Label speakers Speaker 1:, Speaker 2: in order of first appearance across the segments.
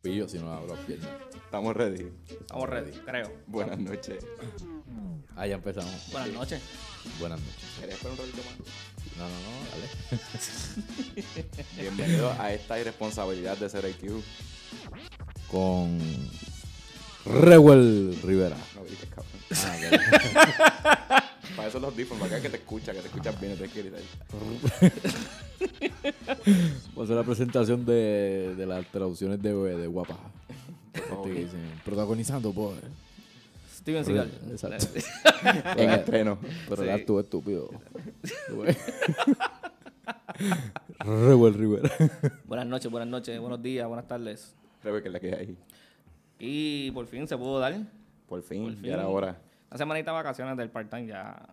Speaker 1: pillo si no abro las piernas.
Speaker 2: Estamos ready.
Speaker 3: Estamos ready, creo.
Speaker 2: Buenas noches.
Speaker 1: Ah, ya empezamos.
Speaker 3: Buenas noches.
Speaker 1: Buenas noches.
Speaker 2: ¿Querías esperar un ratito más?
Speaker 1: No, no, no, dale.
Speaker 2: Bienvenido a esta irresponsabilidad de ser IQ.
Speaker 1: Con Rewell Rivera.
Speaker 2: No grites, cabrón.
Speaker 1: Ah, dale.
Speaker 2: Para eso los audífonos, para que que te escucha, que te escuchas bien, no te quieres ahí.
Speaker 1: Voy a hacer la presentación de, de las traducciones de, de Guapa.
Speaker 2: favor.
Speaker 1: Este que dicen, Protagonizando por.
Speaker 3: Steven Seagal.
Speaker 1: Exacto.
Speaker 2: En estreno.
Speaker 1: Pero
Speaker 3: Sí.
Speaker 1: eras tú, estúpido. Rewell Rivera.
Speaker 3: buenas noches, buenas noches, buenos días, buenas tardes.
Speaker 2: Creo que es la que hay.
Speaker 3: Y por fin se pudo dar. Una
Speaker 2: Por fin,
Speaker 3: Por
Speaker 2: ya era
Speaker 3: fin.
Speaker 2: hora.
Speaker 3: semanita de vacaciones del part-time ya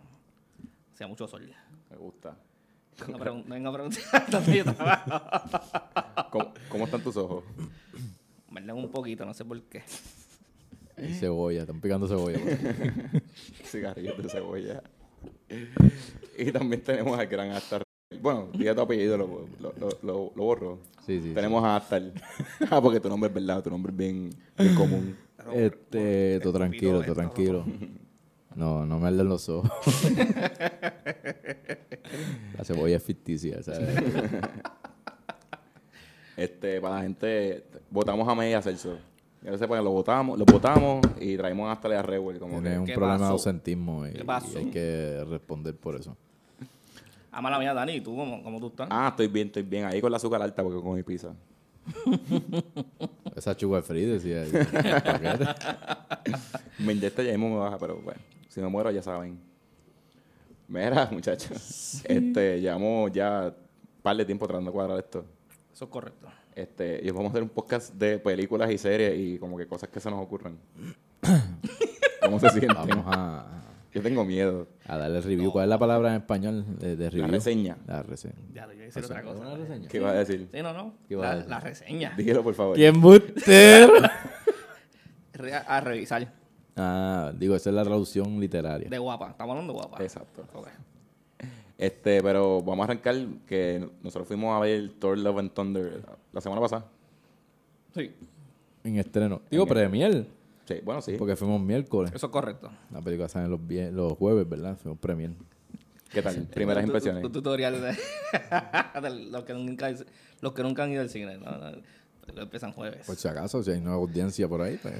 Speaker 3: hacía mucho sol.
Speaker 2: Me gusta.
Speaker 3: Venga a pregun- venga a preguntar dónde yo trabajo.
Speaker 2: ¿Cómo, cómo están tus ojos?
Speaker 3: Me arden un poquito, no sé por qué.
Speaker 1: Y cebolla, están picando cebolla. por ahí.
Speaker 2: Cigarrillos de cebolla. Y también tenemos al gran Astar. Bueno, diga tu apellido, lo, lo, lo, lo- lo borro.
Speaker 1: Sí, sí, sí.
Speaker 2: tenemos a Astar. Ah, porque tu nombre es verdad, tu nombre es bien, bien común.
Speaker 1: Este, todo
Speaker 3: Estúpido
Speaker 1: tranquilo, todo
Speaker 3: esto,
Speaker 1: tranquilo. No, no me arden los ojos. La cebolla es ficticia, ¿sabes?
Speaker 2: Este, para la gente, votamos a media Celso. Ya sepan que lo votamos, lo votamos y traemos hasta la Rewell. Como
Speaker 1: Tiene
Speaker 2: que,
Speaker 1: un
Speaker 3: ¿Qué
Speaker 1: problema de
Speaker 3: pasó?
Speaker 1: ausentismo y,
Speaker 3: ¿Qué pasó?
Speaker 1: y hay que responder por eso.
Speaker 3: A mala mía, Dani, ¿y ¿tú cómo, cómo tú estás?
Speaker 2: ah, estoy bien, estoy bien. Ahí con la azúcar alta porque con mi pizza.
Speaker 1: Esa chuga free decía. yo, paquete.
Speaker 2: Me inyecta ya mismo me baja, pero bueno, si me muero ya saben. Mira, muchachos, este, llevamos ya un par de tiempo tratando de cuadrar esto.
Speaker 3: Eso es correcto.
Speaker 2: Este, y vamos a hacer un podcast de películas y series y como que cosas que se nos ocurran. ¿Cómo se sienten?
Speaker 1: Vamos a,
Speaker 2: Yo tengo miedo.
Speaker 1: a darle review. ¿Cuál es la palabra en español de, de review?
Speaker 2: reseña.
Speaker 1: La reseña.
Speaker 3: Ya, yo iba a decir otra cosa.
Speaker 1: ¿Una reseña?
Speaker 2: ¿Qué vas a decir?
Speaker 3: Sí, no, no.
Speaker 1: ¿Qué va a
Speaker 3: La,
Speaker 1: decir?
Speaker 3: la reseña.
Speaker 2: Dígelo, por favor.
Speaker 1: ¡Qué embustero!
Speaker 3: Re- a revisar.
Speaker 1: ah, digo, esa es la traducción literaria.
Speaker 3: De guapa. Estamos hablando de guapa.
Speaker 2: Exacto.
Speaker 3: Ok.
Speaker 2: Este, pero vamos a arrancar que nosotros fuimos a ver Thor Love and Thunder la semana pasada.
Speaker 3: Sí,
Speaker 1: En estreno. Digo,
Speaker 2: En-
Speaker 1: premier.
Speaker 2: Sí, bueno, sí.
Speaker 1: Porque fuimos miércoles.
Speaker 3: eso es correcto.
Speaker 1: La película sale los, vie- los jueves, ¿verdad? Fuimos premier.
Speaker 2: ¿Qué tal? Primeras
Speaker 3: Tu- tu-
Speaker 2: impresiones.
Speaker 3: Tu, tutorial de, de los, que nunca, los que nunca han ido al cine. ¿no? No, Lo empiezan jueves.
Speaker 1: Por si acaso, si hay nueva audiencia por ahí, pues,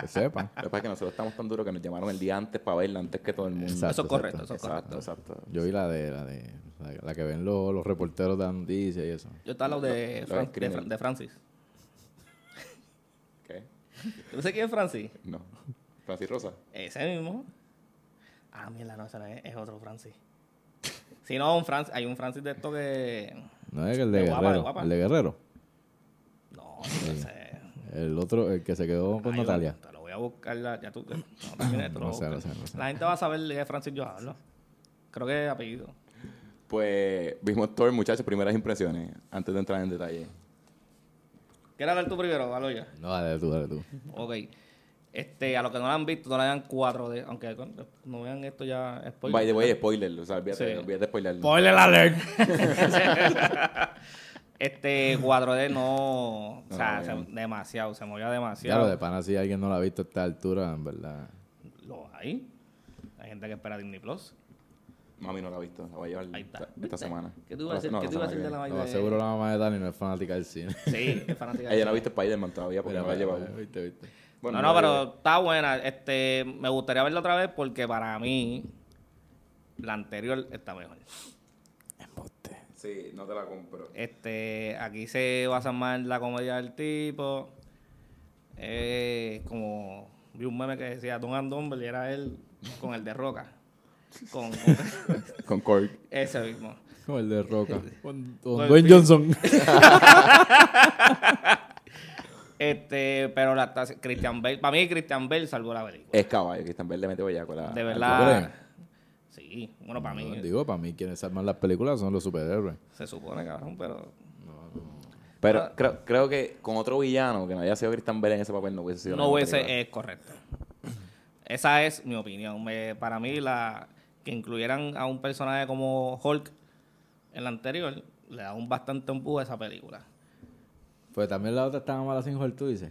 Speaker 1: que sepan.
Speaker 2: Lo que pasa es que nosotros estamos tan duros que nos llamaron el día antes para verla, antes que todo el mundo.
Speaker 1: Exacto,
Speaker 3: eso es correcto,
Speaker 1: exacto.
Speaker 3: eso es correcto.
Speaker 2: Exacto, exacto.
Speaker 1: Yo vi la de la de la, la que ven los, los reporteros de las noticias y eso.
Speaker 3: Yo estaba hablando
Speaker 2: Lo-
Speaker 3: de,
Speaker 2: lo
Speaker 3: Fran- de,
Speaker 2: escriben.
Speaker 3: Fran- de Francis.
Speaker 2: ¿Qué?
Speaker 3: ¿Tú no sabes quién es Francis?
Speaker 2: No. Francis Rosa.
Speaker 3: Ese mismo. Ah, mierda, no, ese no es, es otro Francis. Si no, un Francis, hay un Francis de esto que...
Speaker 1: No es el de,
Speaker 3: De guapa, de
Speaker 1: Guerrero,
Speaker 3: guapa.
Speaker 1: el de Guerrero.
Speaker 3: No, no sé.
Speaker 1: El otro, el que se quedó con
Speaker 3: Ay,
Speaker 1: Natalia.
Speaker 3: Te lo voy a buscar. la- Ya tú, no, termina, te lo
Speaker 1: No
Speaker 3: voy a
Speaker 1: sé, no
Speaker 3: buscar.
Speaker 1: sé, no sé.
Speaker 3: La gente va a saber de qué Francis yo hablo. Creo que es apellido.
Speaker 2: Pues vimos Thor, muchachos, primeras impresiones, antes de entrar en detalle.
Speaker 3: ¿Quieres hablar tú primero, Valoya?
Speaker 1: No, dale tú, dale tú.
Speaker 3: Ok. Este, a los que no la han visto, no la dan 4D. Aunque con- no vean esto ya. Spoiler.
Speaker 2: By the way, spoiler, o sea, olvídate,
Speaker 3: Sí.
Speaker 2: olvídate de spoiler.
Speaker 3: Spoiler alert. este 4D no. O sea,
Speaker 2: No,
Speaker 3: se-
Speaker 2: bien.
Speaker 3: demasiado. Se movía
Speaker 1: Ya lo
Speaker 3: demasiado.
Speaker 1: de pana, si alguien no la ha visto a esta altura, en verdad.
Speaker 3: lo hay. Hay gente que espera Disney Plus.
Speaker 2: Mami no la ha visto, la voy a llevar
Speaker 3: Ahí está.
Speaker 2: esta, esta
Speaker 3: ¿Viste?
Speaker 2: semana.
Speaker 3: ¿Qué tú ibas a
Speaker 2: hacer
Speaker 3: hacer- qué tú ibas a hacer de la
Speaker 1: Lo aseguro la mamá de Dani no es fanática del cine.
Speaker 3: Sí, es fanática.
Speaker 2: Ella no ha visto Spider-Man todavía porque
Speaker 1: Mira,
Speaker 2: no la ha
Speaker 1: mira,
Speaker 2: llevado.
Speaker 1: mira, viste, viste.
Speaker 2: Bueno,
Speaker 3: no, no,
Speaker 2: la
Speaker 3: pero
Speaker 2: llevé.
Speaker 3: está buena. Este, me gustaría verla otra vez porque para mí la anterior está mejor.
Speaker 1: Embuste.
Speaker 2: Sí, no te la compro.
Speaker 3: Este, aquí se basa más en la comedia del tipo. Eh, como vi un meme que decía Don and Dumble y era él con el de Roca. Con, con-
Speaker 2: Con Cork.
Speaker 3: ese mismo.
Speaker 1: Como el de Roca. Con, con
Speaker 3: Con el
Speaker 1: Dwayne
Speaker 3: tío.
Speaker 1: Johnson.
Speaker 3: Este, pero la está- Christian Bale, para mí Christian Bell salvó la película.
Speaker 2: Es caballo, que está en verde mete bellaco. la-
Speaker 3: de
Speaker 1: Ah, ¿tú
Speaker 3: verdad. Sí, bueno, para mí
Speaker 1: No, Digo, para mí quienes arman las películas son los superhéroes.
Speaker 3: se supone, cabrón, pero
Speaker 2: Pero Ah, creo, creo que con otro villano que no haya sido Christian Bell en ese papel no hubiese sido. la
Speaker 3: no
Speaker 2: misma
Speaker 3: hubiese eh.
Speaker 2: película.
Speaker 3: es correcto. Esa es mi opinión. Me- para mí, la que incluyeran a un personaje como Hulk en la anterior le da un bastante empuje a esa película.
Speaker 1: Pues también la otra estaba mala sin jugar, tú dices.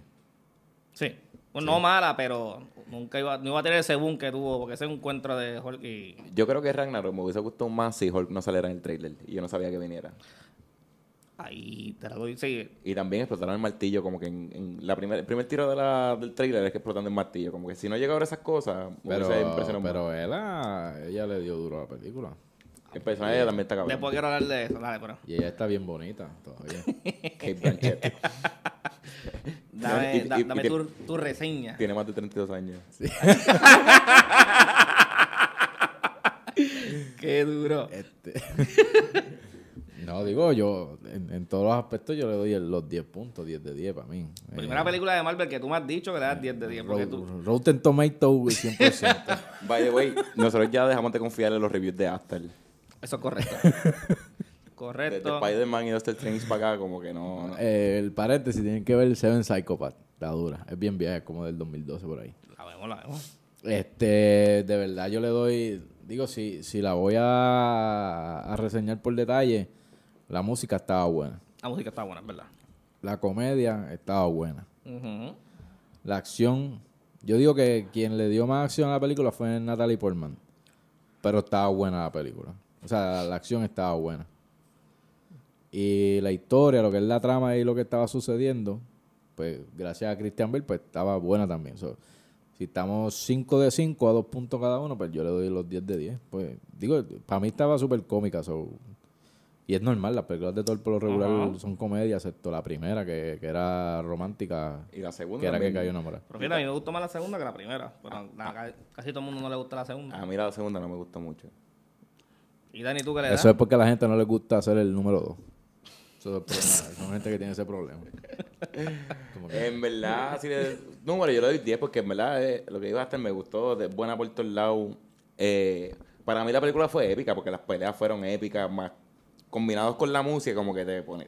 Speaker 3: Sí. Pues No mala, pero nunca iba, no iba a tener ese boom que tuvo, porque ese encuentro de Hulk y...
Speaker 2: Yo creo que Ragnarok me hubiese gustado más si Hulk no saliera en el trailer y yo no sabía que viniera.
Speaker 3: Ahí te la doy. Sí,
Speaker 2: Y también explotaron el martillo, como que en, en la primer, el primer tiro de la- del trailer es que explotando el martillo. Como que si no llega ahora esas cosas, me
Speaker 1: Pero,
Speaker 2: hubiese impresionado más.
Speaker 1: pero ella, ella le dio duro a la película.
Speaker 2: El personaje también está cabrón.
Speaker 3: después quiero hablar de eso. Dale, pero...
Speaker 1: Y ella está bien bonita todavía.
Speaker 2: Kate Blanchett.
Speaker 3: Dame,
Speaker 2: Y- y-
Speaker 3: da-
Speaker 2: y
Speaker 3: dame
Speaker 2: que-
Speaker 3: tu, tu reseña.
Speaker 2: Tiene más de 32 años.
Speaker 3: Qué duro.
Speaker 2: Eh,
Speaker 1: Este. no, digo, yo en, en todos los aspectos yo le doy el- los 10 puntos, 10 de 10 para mí.
Speaker 3: Primera
Speaker 1: Eh,
Speaker 3: película de Marvel que tú me has dicho que le das 10 de 10. Porque
Speaker 1: Road,
Speaker 3: tú,
Speaker 1: Rotten Tomato güey, 100%.
Speaker 2: By the way, nosotros ya dejamos de confiar en los reviews de After.
Speaker 3: eso es correcto.
Speaker 2: De, de
Speaker 3: correcto.
Speaker 2: Spider-Man y Doctor Strange para acá, como que no. no.
Speaker 1: Eh, el paréntesis, tienen que ver Seven Psychopath, la dura. Es bien vieja, es como del 2012 por ahí.
Speaker 3: La vemos, la vemos.
Speaker 1: Este, de verdad yo le doy, digo, si, si la voy a, a reseñar por detalle, la música estaba buena,
Speaker 3: La música está buena, es verdad.
Speaker 1: la comedia estaba buena,
Speaker 3: Ujú.
Speaker 1: la acción, yo digo que quien le dio más acción a la película fue Natalie Portman, pero estaba buena la película, o sea, la, la acción estaba buena. Y la historia, lo que es la trama y lo que estaba sucediendo, pues gracias a Christian Bale, pues estaba buena también. So, si estamos 5 de 5 a 2 puntos cada uno, pues yo le doy los 10 de 10. Pues digo, para mí estaba súper cómica. so, y es normal, las películas de todo por lo regular
Speaker 3: Ajá.
Speaker 1: son comedias, excepto la primera, que, que era romántica,
Speaker 2: y la segunda.
Speaker 1: que era que
Speaker 2: Pues también.
Speaker 1: cayó enamorada.
Speaker 3: Pero fíjate, a mí me gustó más la segunda que la primera. Pero
Speaker 2: Ah,
Speaker 3: nada, ca- casi todo el mundo no le gusta la segunda.
Speaker 2: A mí Ah, la segunda no me gustó mucho.
Speaker 3: Y Dani, ¿tú qué le das?
Speaker 1: Eso es porque a la gente no le gusta hacer el número 2. Eso es el problema. Son gente que tiene ese problema. Como que-
Speaker 2: En verdad, si le, no, bueno, yo le doy 10 porque en verdad eh, lo que iba a estar me gustó, de buena por todos lados. Eh, para mí la película fue épica porque las peleas fueron épicas, más combinados con la música, como que te pone,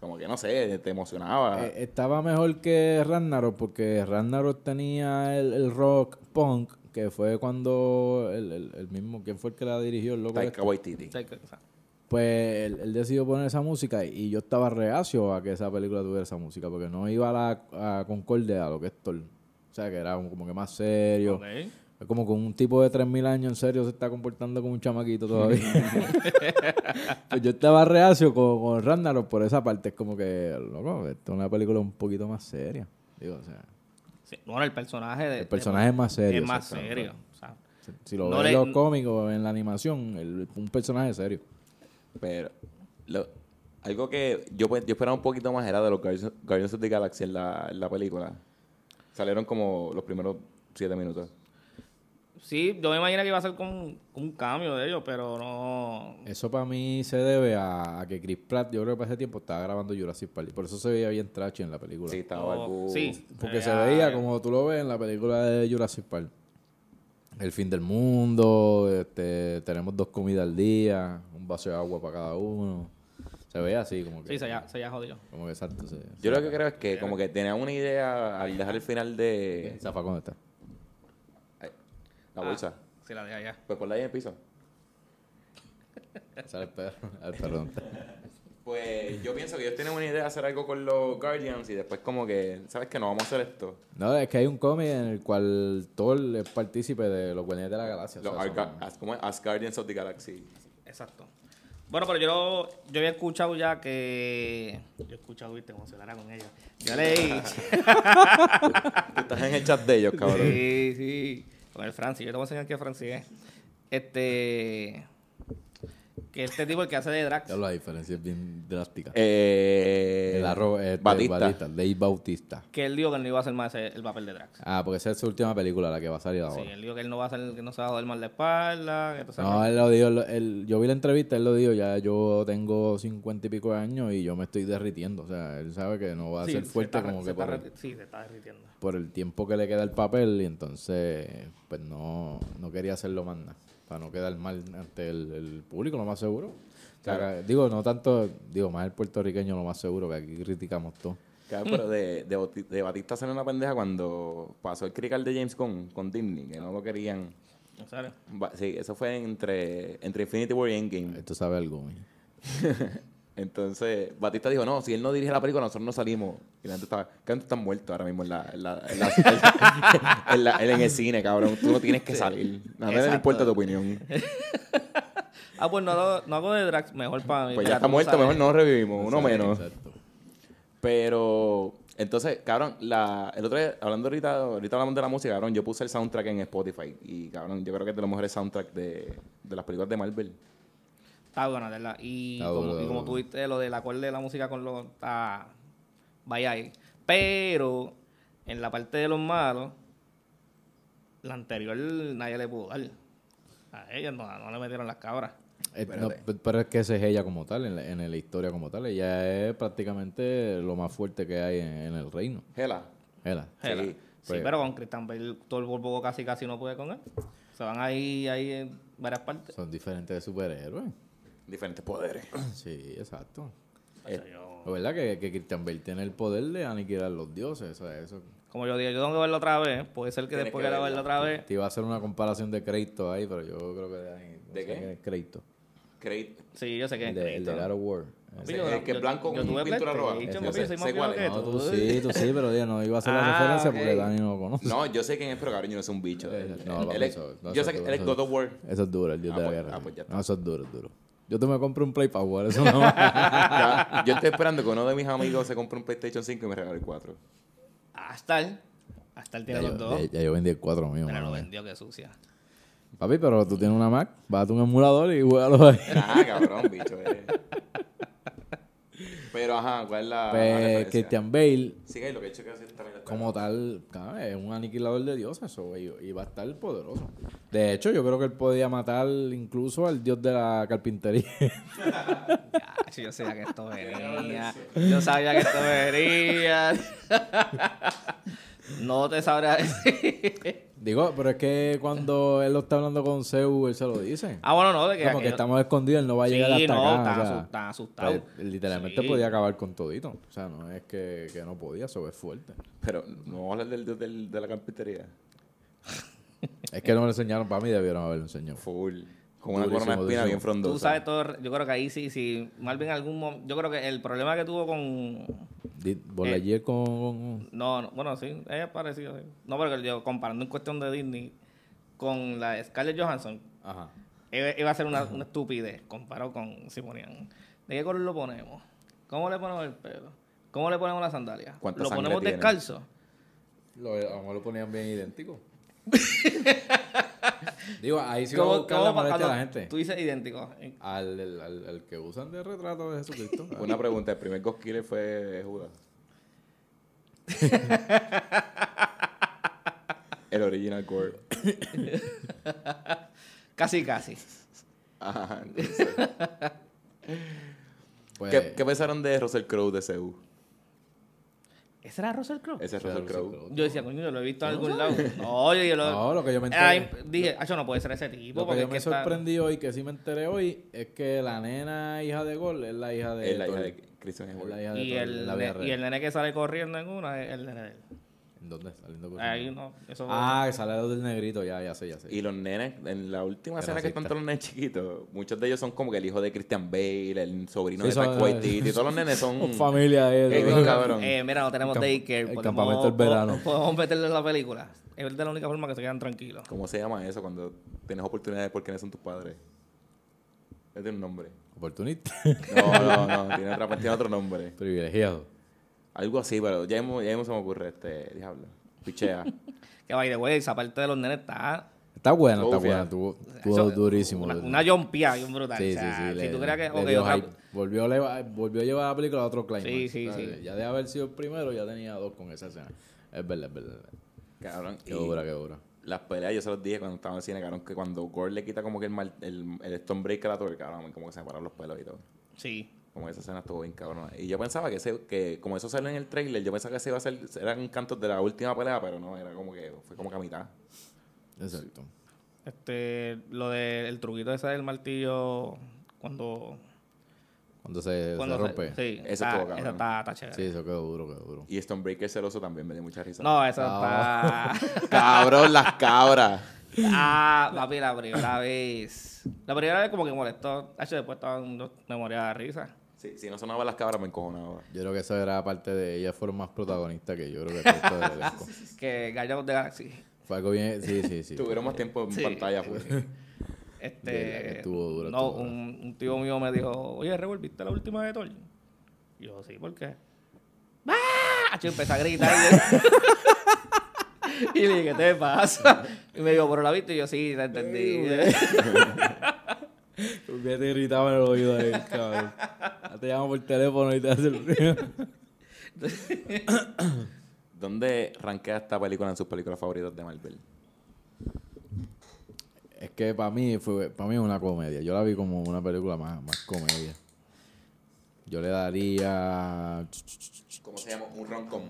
Speaker 2: como que no sé, te emocionaba.
Speaker 1: Eh, estaba mejor que Ragnarok porque Ragnarok tenía el, el rock punk que fue cuando el, el- el mismo quién fue el que la dirigió el loco
Speaker 2: Taika
Speaker 1: este?
Speaker 2: Waititi.
Speaker 3: Sí, que- o sea,
Speaker 1: pues él, él decidió poner esa música y yo estaba reacio a que esa película tuviera esa música porque no iba a la a concorde a lo que es Thor o sea que era un- como que más serio
Speaker 3: ok.
Speaker 1: es como que un tipo de 3.000 años en serio se está comportando como un chamaquito todavía. Pues yo estaba reacio con, con Ragnarok por esa parte. Es como que, loco, esto es una película un poquito más seria. Digo, o sea,
Speaker 3: Sí, Bueno, el personaje de-
Speaker 1: el personaje es más serio.
Speaker 3: es más
Speaker 1: exactamente.
Speaker 3: serio. O sea,
Speaker 1: Si- Si lo
Speaker 3: No
Speaker 1: ves
Speaker 3: le-
Speaker 1: en los cómicos, en la animación, el- un personaje serio.
Speaker 2: Pero lo- algo que yo, pe- yo esperaba un poquito más era de los Guardians, Guardians of the Galaxy en la, en la película. Salieron como los primeros 7 minutos.
Speaker 3: sí, yo me imagino que iba a ser con, con un cambio de ellos, pero no.
Speaker 1: Eso para mí se debe a, a que Chris Pratt, yo creo que para ese tiempo estaba grabando Jurassic Park. y Por eso se veía bien trash en la película.
Speaker 2: Sí, estaba
Speaker 3: no-
Speaker 2: algo-
Speaker 3: sí,
Speaker 1: Porque se
Speaker 3: era-
Speaker 1: veía como tú lo ves en la película de Jurassic Park. El fin del mundo, este, tenemos dos comidas al día, un vaso de agua para cada uno. Se veía así como que...
Speaker 3: Sí, se ya, se ya jodió.
Speaker 1: Como que exacto. Se,
Speaker 2: Yo lo que creo es que como que tenía una idea al dejar el final de
Speaker 1: Zafa, ¿dónde está?
Speaker 2: la
Speaker 3: Ah,
Speaker 2: bolsa.
Speaker 3: Sí, la de allá.
Speaker 2: Pues ponla ahí en el piso.
Speaker 1: Sale el perro. El perro ¿dónde está?
Speaker 2: Pues yo pienso que ellos tienen una idea de hacer algo con los Guardians y después como que, ¿sabes qué? No vamos a hacer esto.
Speaker 1: No, es que hay un cómic en el cual Thor es partícipe de los Guardianes de la Galaxia. o
Speaker 2: Los
Speaker 1: sea, son-
Speaker 2: Arga- as, ¿cómo es? As Guardians of the Galaxy.
Speaker 3: Exacto. Bueno, pero yo, lo- yo había escuchado ya que. Yo he escuchado, viste, cómo se hablará con ella. Yo leí.
Speaker 2: Tú estás en el chat de ellos, cabrón.
Speaker 3: sí, sí. Con el Francis. Yo te voy a enseñar que Francis es. Este. Que este tipo el que hace de Drax.
Speaker 1: Ya la diferencia es bien drástica.
Speaker 2: Eh,
Speaker 1: el arroba, este,
Speaker 2: Batista.
Speaker 1: Batista. Dave Bautista.
Speaker 3: Que él dijo que él no iba a hacer más ese- el papel de Drax.
Speaker 1: Ah, porque esa es su última película, la que va a salir
Speaker 3: Sí,
Speaker 1: ahora.
Speaker 3: él dijo que él no va a hacer, que no se va a joder mal la espalda. Que tú sabes.
Speaker 1: No, él lo dijo, lo- él- yo vi la entrevista, él lo dijo, ya yo tengo cincuenta y pico de años y yo me estoy derritiendo, o sea, él sabe que no va a
Speaker 3: Sí,
Speaker 1: ser
Speaker 3: se
Speaker 1: fuerte
Speaker 3: está-
Speaker 1: como
Speaker 3: se
Speaker 1: que
Speaker 3: está
Speaker 1: por
Speaker 3: derri-
Speaker 1: el,
Speaker 3: Sí, se está derritiendo.
Speaker 1: por el tiempo que le queda el papel y entonces pues no, no quería hacerlo más nada, para no quedar mal ante el, el público, lo más seguro. O sea, que- digo, no tanto, digo, más el puertorriqueño, lo más seguro, que aquí criticamos todo.
Speaker 2: Cabrón, pero de, de, Bauti- de Batista salió una pendeja cuando pasó el crical de James Gunn con Disney, que no lo querían.
Speaker 3: ¿En serio?
Speaker 2: Ba- Sí, eso fue entre, entre Infinity War y Endgame.
Speaker 1: Esto sabe algo. ¿eh?
Speaker 2: Entonces, Batista dijo, no, si él no dirige la película, nosotros no salimos. Y la gente estaba, que la gente está muerto ahora mismo en, la, en, la- en la- en la- en el cine, cabrón. Tú no tienes que salir. A nadie le
Speaker 3: Exacto.
Speaker 2: importa tu opinión.
Speaker 3: Ah, pues no hago, no hago de drags, mejor para mí.
Speaker 2: Pues
Speaker 3: para
Speaker 2: ya está
Speaker 3: tú
Speaker 2: muerto,
Speaker 3: saber.
Speaker 2: mejor no revivimos, uno
Speaker 1: Exacto,
Speaker 2: menos.
Speaker 1: exacto.
Speaker 2: Pero, entonces, cabrón, la, el otro día, hablando ahorita, ahorita hablamos de la música, cabrón, yo puse el soundtrack en Spotify. Y, cabrón, yo creo que es de los mejores soundtracks de, de las películas de Marvel.
Speaker 3: Está bueno, ¿verdad? Y,
Speaker 1: Está
Speaker 3: como,
Speaker 1: duro,
Speaker 3: y
Speaker 1: está
Speaker 3: como
Speaker 1: duro.
Speaker 3: tú viste lo del acorde de la música con los. Está. Vaya ahí. Pero, en la parte de los malos, la anterior nadie le pudo dar. A ellos no, no le metieron las cabras.
Speaker 1: Eh, no, pe- pero es que esa es ella como tal, en la, en la historia como tal. Ella es prácticamente lo más fuerte que hay en, en el reino.
Speaker 2: Hela.
Speaker 1: Ella.
Speaker 2: Sí,
Speaker 3: Hela. Sí,
Speaker 1: pues-
Speaker 3: pero con Christian Bale todo el polvo casi casi no puede con él. Se van ahí, ahí en varias partes.
Speaker 1: Son diferentes de superhéroes.
Speaker 2: Diferentes poderes. Eh,
Speaker 1: Sí, exacto.
Speaker 3: O sea, yo-
Speaker 1: La verdad que, que Christian Bale tiene el poder de aniquilar los dioses. o sea, eso.
Speaker 3: como yo digo, yo tengo que verlo otra vez. Puede ser que
Speaker 2: Tienes
Speaker 3: después
Speaker 2: que
Speaker 3: quiera
Speaker 2: verla.
Speaker 3: verlo otra vez.
Speaker 1: Te iba a hacer una comparación de crédito ahí, pero yo creo que... ahí- no
Speaker 2: ¿De
Speaker 1: sé
Speaker 2: qué?
Speaker 1: quién es Crédito.
Speaker 2: Creí-
Speaker 3: Sí, el
Speaker 1: El de, el de God of War.
Speaker 2: Sí, el que es blanco con pintura roja.
Speaker 1: Ese,
Speaker 3: Yo
Speaker 1: ese.
Speaker 3: soy más
Speaker 2: Sé cuál
Speaker 3: viejo
Speaker 2: es.
Speaker 3: que
Speaker 1: No,
Speaker 3: tú.
Speaker 1: tú sí, tú sí, pero yo no iba a hacer la
Speaker 3: Ah,
Speaker 1: referencia porque
Speaker 3: ok.
Speaker 1: Dani no lo conoce.
Speaker 2: No, yo sé quién es, pero cabrón, yo no soy un bicho.
Speaker 1: Eh,
Speaker 2: Él-
Speaker 1: no,
Speaker 2: él
Speaker 1: papi,
Speaker 2: es-
Speaker 1: eso- no,
Speaker 2: yo
Speaker 1: eso
Speaker 2: sé que
Speaker 1: tú-
Speaker 2: él es
Speaker 1: eso-
Speaker 2: God of War.
Speaker 1: Eso es duro, el dios
Speaker 2: Ah,
Speaker 1: de la
Speaker 2: pues-
Speaker 1: guerra.
Speaker 2: ah,
Speaker 1: sí.
Speaker 2: pues ya está.
Speaker 1: no, eso es duro, es duro. Yo te me compro un Play para jugar eso no.
Speaker 2: Ya, yo estoy esperando que uno de mis amigos se compre un PlayStation 5 y me regale el 4.
Speaker 3: Hasta él. Hasta él
Speaker 1: ya,
Speaker 3: tiene
Speaker 1: yo,
Speaker 3: los dos.
Speaker 1: ya- ya yo vendí el 4 mío,
Speaker 3: Pero
Speaker 1: mano.
Speaker 3: lo vendió, que sucia.
Speaker 1: Papi, pero tú tienes una Mac, bájate un emulador y juégalo ahí.
Speaker 2: Ajá, cabrón, bicho. eh. Pero ajá, ¿cuál es la,
Speaker 3: Ah,
Speaker 2: la
Speaker 1: Pues
Speaker 2: referencia?
Speaker 1: Christian Bale,
Speaker 2: Sí, que lo que he hecho que hace también está-
Speaker 1: como tal, cabrón, es un aniquilador de dioses eso, y, y va a estar poderoso. De hecho, yo creo que él podía matar incluso al dios de la carpintería.
Speaker 3: Ya, si yo sabía que esto venía. Yo sabía que esto venía. No te sabrá decir.
Speaker 1: Digo, pero es que cuando él lo está hablando con Zeus, él se lo dice.
Speaker 3: Ah, bueno, no, de que.
Speaker 1: Como que
Speaker 3: aquello-
Speaker 1: estamos escondidos, él no va a
Speaker 3: Sí,
Speaker 1: llegar hasta
Speaker 3: no,
Speaker 1: acá.
Speaker 3: están
Speaker 1: o sea,
Speaker 3: asu- están asustados.
Speaker 1: pues, él literalmente
Speaker 3: Sí.
Speaker 1: podía acabar con todito. O sea, no es que, que no podía, eso es fuerte.
Speaker 2: Pero no vamos a hablar del, dios del- de la carpintería.
Speaker 1: Es que no me lo enseñaron para mí, debieron haberlo enseñado.
Speaker 2: Full. Con
Speaker 1: Durísimo,
Speaker 2: una corona de espina
Speaker 1: durísimo.
Speaker 2: bien frondosa.
Speaker 3: Tú sabes todo. Yo creo que ahí sí, sí. Marvin algún momento. Yo creo que el problema que tuvo con.
Speaker 1: Di- Por
Speaker 3: Eh.
Speaker 1: ayer con, con-
Speaker 3: No, no, bueno, sí, es parecido. sí. No, pero yo comparando en cuestión de Disney con la de Scarlett Johansson,
Speaker 1: Ajá.
Speaker 3: iba iba a ser una, una estupidez comparado con si ponían. ¿De qué color lo ponemos? ¿Cómo le ponemos el pelo? ¿Cómo le ponemos la sandalia?
Speaker 2: ¿Cuánta
Speaker 3: ¿Lo
Speaker 2: sangre
Speaker 3: ponemos
Speaker 2: tiene?
Speaker 3: descalzo?
Speaker 1: Lo, a lo mejor lo ponían bien idéntico. Digo, ahí sí va a
Speaker 3: ¿Cómo-
Speaker 1: buscar
Speaker 3: cómo
Speaker 1: la
Speaker 3: pa-
Speaker 1: molestia a la
Speaker 3: cuando
Speaker 1: gente.
Speaker 3: Tú dices idéntico. eh, ¿En-
Speaker 1: Al, al, al- al que usan de retrato de Jesucristo.
Speaker 2: Una pregunta, el primer Ghost Killer fue Judas. el original core.
Speaker 3: Casi, casi.
Speaker 2: Ajá, entonces,
Speaker 1: Pues,
Speaker 2: ¿qué, qué pensaron de Russell Crowe de CU?
Speaker 3: ¿Ese era Russell Crowe?
Speaker 2: Ese es
Speaker 1: Russell
Speaker 2: Russell Crowe.
Speaker 1: Crowe.
Speaker 3: Yo decía, coño, yo lo he visto en algún lado. No, yo, yo lo...
Speaker 1: No, lo que yo me enteré-
Speaker 3: Ay, Dije, "Acho, no puede ser ese tipo.
Speaker 1: Lo que
Speaker 3: porque
Speaker 1: yo
Speaker 3: es
Speaker 1: me
Speaker 3: está-
Speaker 1: sorprendí hoy, que sí me enteré hoy, es que la nena hija de Gol es la hija de
Speaker 2: Es la hija
Speaker 1: Thor.
Speaker 2: de Christian
Speaker 1: Es la
Speaker 2: Hemsworth.
Speaker 1: hija de
Speaker 3: Y
Speaker 1: Thor,
Speaker 3: el,
Speaker 1: la vida
Speaker 3: ne- y el
Speaker 1: real.
Speaker 3: nene que sale corriendo en una es el nene de él.
Speaker 1: ¿En dónde? Saliendo con su
Speaker 3: Ahí
Speaker 1: mamá.
Speaker 3: no, eso
Speaker 1: Ah, que sale del negrito, ya, ya sé, ya sé.
Speaker 2: Y los nenes, en la última
Speaker 1: Era
Speaker 2: escena
Speaker 1: racista.
Speaker 2: que están todos los nenes chiquitos, muchos de ellos son como que el hijo de Christian Bale, el sobrino
Speaker 1: Sí,
Speaker 2: de
Speaker 1: son- eh,
Speaker 2: Taquay Titi, todos los nenes son...
Speaker 1: familia
Speaker 2: Eh,
Speaker 1: de
Speaker 2: bien cabrón.
Speaker 3: Eh, mira, no tenemos
Speaker 1: El camp-
Speaker 3: daycare.
Speaker 1: el
Speaker 3: podemos-
Speaker 1: campamento del verano.
Speaker 3: Podemos meterle la película. Es de la única forma que se quedan tranquilos.
Speaker 2: ¿Cómo se llama eso cuando tienes oportunidades porque no son tus padres? Es de un nombre.
Speaker 1: Oportunista.
Speaker 2: No, no, no, tiene, otra, tiene otro nombre.
Speaker 1: Privilegiado.
Speaker 2: Algo así, pero ya mismo, ya mismo se me ocurre este diablo. Pichea.
Speaker 3: Que by the way, esa parte de los nenes está...
Speaker 1: Está buena, está
Speaker 2: Sofía.
Speaker 1: buena. Estuvo, estuvo
Speaker 3: eso-
Speaker 1: durísimo.
Speaker 3: Una,
Speaker 1: durísimo.
Speaker 3: una yompia bien brutal.
Speaker 1: Sí,
Speaker 3: o
Speaker 1: sí,
Speaker 3: sea,
Speaker 1: sí.
Speaker 3: Si
Speaker 1: le-
Speaker 3: tú crees que...
Speaker 1: le
Speaker 3: ok,
Speaker 1: dio
Speaker 3: otra-
Speaker 1: hype. volvió, a leva- volvió a llevar la película a otro climax.
Speaker 3: Sí, sí,
Speaker 1: O sea,
Speaker 3: sí.
Speaker 1: Ya de haber sido el primero, ya tenía dos con esa escena. Es verdad, es verdad. es verdad.
Speaker 2: Cabrón.
Speaker 1: Qué
Speaker 2: y
Speaker 1: dura, qué dura.
Speaker 2: Las peleas, yo se los dije cuando estaba en el cine, cabrón, que cuando Gore le quita como que el, mal, el, el Stonebreaker a Thor, cabrón, como que se me pararon los pelos y todo.
Speaker 3: Sí.
Speaker 2: Como que esa escena estuvo bien cabrón. Y yo pensaba que, ese, que como eso sale en el trailer, yo pensaba que se iba a hacer, eran cantos de la última pelea, pero no, era como que, fue como que a mitad.
Speaker 1: Exacto.
Speaker 3: Este, lo del truquito ese del martillo cuando...
Speaker 1: Cuando se,
Speaker 3: cuando
Speaker 1: se rompe. sí.
Speaker 3: sí,
Speaker 2: Eso
Speaker 3: está-
Speaker 2: estuvo cabrón.
Speaker 3: esa está, está chévere.
Speaker 1: eso quedó duro, quedó duro.
Speaker 2: Y Stonebreaker celoso también me dio mucha risa.
Speaker 3: No, esa
Speaker 1: Ah.
Speaker 3: está...
Speaker 2: Cabrón, las cabras.
Speaker 3: Ah, papi, la primera vez. La primera vez como que molestó. Hacho, después estaba en memoria de risa.
Speaker 2: Sí, Sí, si no sonaban las cabras, me encojonaba.
Speaker 1: Yo creo que eso era parte de ella, fueron más protagonistas que yo creo que el resto del elenco.
Speaker 3: Que Guardians de Galaxy.
Speaker 1: Fue algo bien. Sí, sí, sí.
Speaker 2: Tuvieron más tiempo en
Speaker 3: Sí.
Speaker 2: pantalla, pues.
Speaker 1: De verdad que
Speaker 3: Este,
Speaker 1: estuvo dura,
Speaker 3: no,
Speaker 1: estuvo dura.
Speaker 3: Un, un tío mío me dijo, oye, Rebel, ¿viste la última de Thor? Y yo, sí, ¿por qué? ¡Ah! Yo empecé a gritar. y, yo- y le dije, ¿qué te pasa? Y me dijo, ¿pero la viste? Y yo, sí, la entendí.
Speaker 1: Ya te gritaba en el oído ahí, cabrón. Ya te llamo por teléfono y te hace el ruido.
Speaker 2: ¿Dónde rankea esta película en sus películas favoritas de Marvel?
Speaker 1: Es que para mí, fue, para mí es una comedia. Yo la vi como una película más, más comedia. Yo le daría.
Speaker 2: ¿Cómo se llama? Un roncom.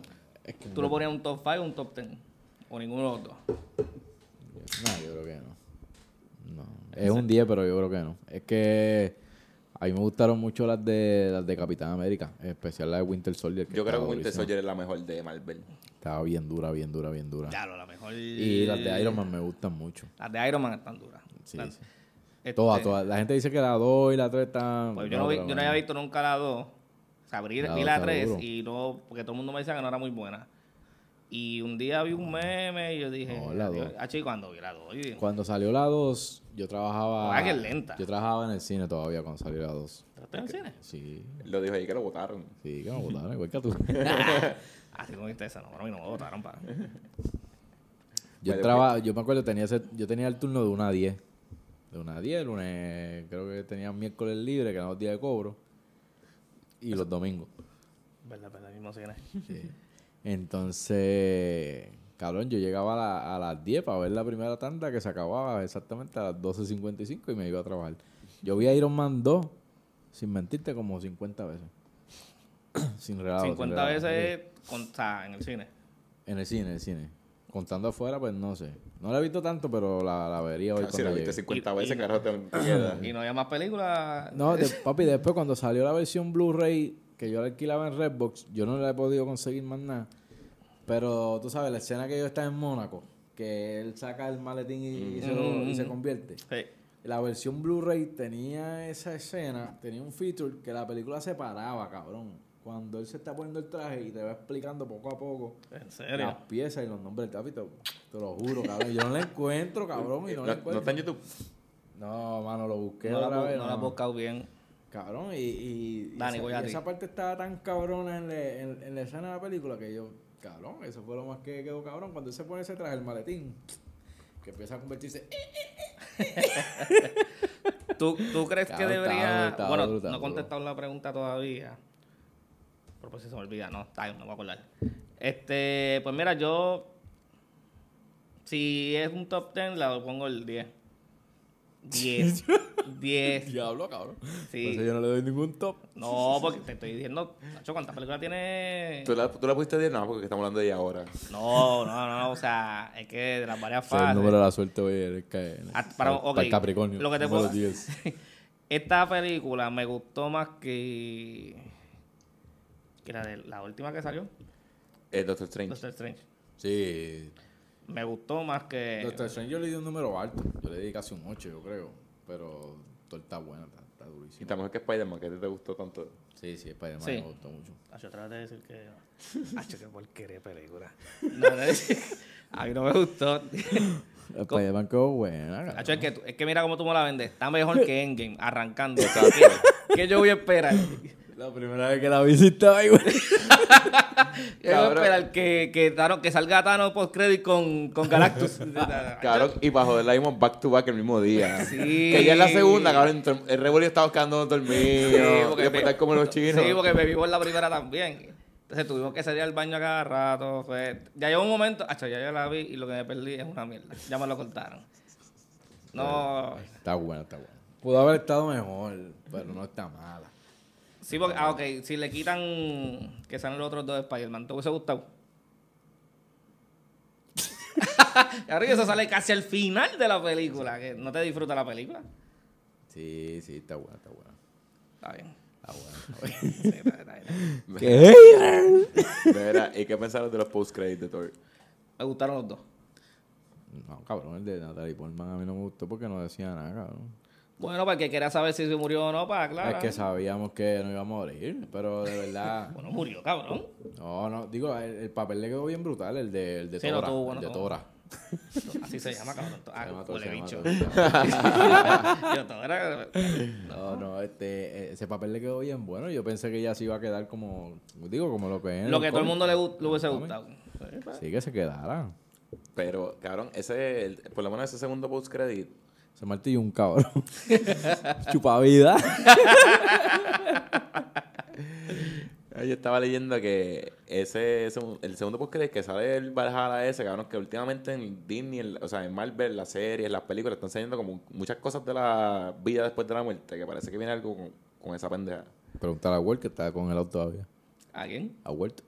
Speaker 3: ¿Tú lo ponías en un top 5 o un top 10? O ninguno de los dos.
Speaker 1: No, yo creo que no. No. Es un 10, pero yo creo que no. Es que a mí me gustaron mucho las de las de Capitán América, en especial la de Winter Soldier.
Speaker 2: Yo creo
Speaker 1: estaba
Speaker 2: que Winter
Speaker 1: durísima.
Speaker 2: Soldier es la mejor de Marvel.
Speaker 1: Estaba bien dura, bien dura, bien dura.
Speaker 3: Claro, la mejor.
Speaker 1: Y las de Iron Man me gustan mucho.
Speaker 3: Las de Iron Man están duras.
Speaker 1: Sí,
Speaker 3: Las-
Speaker 1: sí.
Speaker 3: este,
Speaker 1: Todas, todas. La gente dice que la 2 y la 3 están.
Speaker 3: Pues yo, no, vi-
Speaker 1: pero
Speaker 3: yo no había visto nunca la 2. O sea, abrí,
Speaker 1: La
Speaker 3: vi
Speaker 1: dos
Speaker 3: la
Speaker 1: está
Speaker 3: 3
Speaker 1: duro.
Speaker 3: y no, porque todo el mundo me decía que no era muy buena. Y un día vi un meme y yo dije,
Speaker 1: No, la
Speaker 3: adiós.
Speaker 1: dos.
Speaker 3: Ah, chico, cuando vi la 2.
Speaker 1: Cuando salió la 2, yo trabajaba.
Speaker 3: Ah, que es lenta.
Speaker 1: Yo trabajaba en el cine todavía cuando salió la 2.
Speaker 3: ¿Estás en cine?
Speaker 1: Sí,
Speaker 2: Lo dijo ahí que lo votaron.
Speaker 1: sí, que me botaron, igual que a tú.
Speaker 3: Así no viste Ah, esa, no, bueno, a mí no me votaron para.
Speaker 1: Yo
Speaker 2: Vale,
Speaker 1: entraba, yo me acuerdo, tenía ese- yo tenía el turno de una a 10. De una a 10, lunes, creo que tenía miércoles libre, que eran los días de cobro. Y los domingos.
Speaker 3: Verdad, verdad, mismo cine.
Speaker 1: Entonces, cabrón, yo llegaba a, la- a las 10 para ver la primera tanda que se acababa exactamente a las 12.55 y me iba a trabajar. Yo vi a Iron Man 2, sin mentirte, como 50 veces. sin relajo. sin
Speaker 3: 50
Speaker 1: relajo.
Speaker 3: veces
Speaker 1: eh.
Speaker 3: con, o sea, en el cine.
Speaker 1: En el cine, en el cine. Contando afuera, pues no sé. No la he visto tanto, pero la, la vería hoy
Speaker 2: si
Speaker 1: cuando
Speaker 2: Ah, lo viste
Speaker 1: llegue.
Speaker 2: 50
Speaker 3: Y-
Speaker 2: veces,
Speaker 3: y-
Speaker 2: carajo, te queda.
Speaker 3: Y no había más películas.
Speaker 1: Ah. No, de- papi, después cuando salió la versión Blu-ray que yo la alquilaba en Redbox, yo no la he podido conseguir más nada. Pero tú sabes, la escena que yo estaba en Mónaco, que él saca el maletín y, y se, lo- y
Speaker 3: Mm.
Speaker 1: se convierte.
Speaker 3: Sí.
Speaker 1: La versión Blu-ray tenía esa escena, tenía un feature que la película se paraba, cabrón. Cuando él se está poniendo el traje y te va explicando poco a poco
Speaker 3: En
Speaker 1: las
Speaker 3: serio.
Speaker 1: piezas y los nombres del tapito, te lo juro, cabrón. Yo no la encuentro, cabrón. Y no,
Speaker 2: No,
Speaker 1: la
Speaker 2: no está en
Speaker 1: encuentro.
Speaker 2: YouTube.
Speaker 1: No, mano, lo busqué.
Speaker 3: No, la,
Speaker 1: otra
Speaker 3: bu-
Speaker 1: vez,
Speaker 3: no la he
Speaker 1: no.
Speaker 3: buscado bien.
Speaker 1: Cabrón, y, y, y
Speaker 3: Dani,
Speaker 1: esa,
Speaker 3: voy a
Speaker 1: y
Speaker 3: ti.
Speaker 1: esa parte estaba tan cabrona en, le- en- en la escena de la película que yo, cabrón, eso fue lo más que quedó cabrón. Cuando él se pone ese traje, el maletín, que empieza a convertirse.
Speaker 3: ¿Tú, tú crees
Speaker 1: Está
Speaker 3: que
Speaker 1: duro, está
Speaker 3: debería.?
Speaker 1: duro, está
Speaker 3: bueno,
Speaker 1: duro, está
Speaker 3: no he
Speaker 1: duro.
Speaker 3: contestado la pregunta todavía. Pero pues si se me olvida, no, está bien, me voy a acordar. Este, pues mira, yo. Si es un top 10, la pongo el 10. 10. 10.
Speaker 1: Diablo, cabrón.
Speaker 3: Sí.
Speaker 1: Por eso yo no le doy ningún top.
Speaker 3: No, porque te estoy diciendo, Nacho, ¿cuántas películas tiene?
Speaker 2: ¿Tú la, ¿Tú la pudiste decir? No, porque estamos hablando de ella ahora.
Speaker 3: No, no, no, o sea, es que de las varias
Speaker 1: Ese es el
Speaker 3: fases.
Speaker 1: número de la suerte hoy es que,
Speaker 3: Ah, para- ok.
Speaker 1: el Capricornio.
Speaker 3: Lo que te
Speaker 1: número
Speaker 3: puedo-
Speaker 1: 10.
Speaker 3: Esta película me gustó más que. que la, de, la última que salió,
Speaker 2: Eh, Doctor Strange.
Speaker 3: Doctor Strange.
Speaker 1: Sí.
Speaker 3: Me gustó más que.
Speaker 1: Doctor Strange yo le di un número alto. Yo le di casi un 8, yo creo. Pero todo está buena, está, está
Speaker 2: Y
Speaker 1: durísimo.
Speaker 2: está mejor que Spider-Man, que a ti te gustó tanto.
Speaker 1: Sí, sí, Spider-Man
Speaker 3: Sí.
Speaker 1: me gustó mucho.
Speaker 3: Ah, yo traté de decir que. Hacho, qué porquería de película. No, no, a mí no me gustó.
Speaker 1: Spider-Man quedó buena.
Speaker 3: Hacho, es que, tú- es que mira cómo tú me la vendes. Está mejor que Endgame, arrancando. ¿Qué, qué yo voy a esperar? Yo
Speaker 1: La primera vez que la visitaba, güey.
Speaker 3: voy a
Speaker 2: Cabrón.
Speaker 3: esperar que, que, Thanos- que salga Thanos post-credit con, con Galactus.
Speaker 2: Cabrón, y para joderla vimos back to back el mismo día.
Speaker 3: Ah, Sí.
Speaker 2: Que ya es la segunda, cabrón. entró- El revolio estaba quedando dormido.
Speaker 3: porque
Speaker 2: después
Speaker 3: me-
Speaker 2: estar como los chinos.
Speaker 3: Sí, porque me vivo en la primera también. Entonces tuvimos que salir al baño a cada rato. fue- Ya llegó un momento, hasta ya yo la vi y lo que me perdí es una mierda. Ya me lo cortaron. No.
Speaker 1: Está buena, está buena. Pudo haber estado mejor, pero no está mala.
Speaker 3: Sí, porque, ah, ok, si le quitan que salen los otros dos de Spider-Man, ¿te hubiese gustado? Ahora que eso sale casi al final de la película, que no te disfruta la película.
Speaker 1: Sí, sí, está buena, está buena.
Speaker 3: Está bien.
Speaker 1: Ah, Está buena.
Speaker 3: Sí, está bien, está bien.
Speaker 1: ¿Qué?
Speaker 2: Mira, ¿y qué pensaron de los post-credits de Thor?
Speaker 3: Me gustaron los dos.
Speaker 1: No, cabrón, el de Natalie Portman a mí no me gustó porque no decía nada, cabrón.
Speaker 3: Bueno, para el que quiera saber si se murió o no, para claro.
Speaker 1: Es que sabíamos que no iba a morir, pero de verdad.
Speaker 3: Bueno, murió, cabrón.
Speaker 1: No, no, digo, el, el papel le quedó bien brutal, el de, el de
Speaker 3: Sí, lo
Speaker 1: Tora.
Speaker 3: tuvo,
Speaker 1: el
Speaker 3: no
Speaker 1: de
Speaker 3: tuvo.
Speaker 1: Tora.
Speaker 3: Así se llama, cabrón. Ah,
Speaker 1: Se llama Tora,
Speaker 3: huele
Speaker 1: se llama
Speaker 3: bicho.
Speaker 1: Tora.
Speaker 3: Yo todo era-
Speaker 1: No, no, este, ese papel le quedó bien bueno. Yo pensé que ya se iba a quedar como, digo, como lo que es. en
Speaker 3: Lo que todo el
Speaker 1: cómic.
Speaker 3: mundo le, gu- le hubiese
Speaker 1: Cómic.
Speaker 3: gustado.
Speaker 1: Sí, que se quedara.
Speaker 2: Pero, cabrón, ese, el- por lo menos ese segundo post credit.
Speaker 1: Se martilló un cabrón. Chupavida.
Speaker 2: Ah, Yo estaba leyendo que ese, ese- el segundo post credit que sale el Valhalla ese, cabrón, que últimamente en Disney, en la- o sea, en Marvel, las series, las películas, están saliendo como muchas cosas de la vida después de la muerte, que parece que viene algo con, con esa pendeja.
Speaker 1: Preguntar a Walt que está congelado todavía.
Speaker 3: ¿A quién?
Speaker 1: A Walt.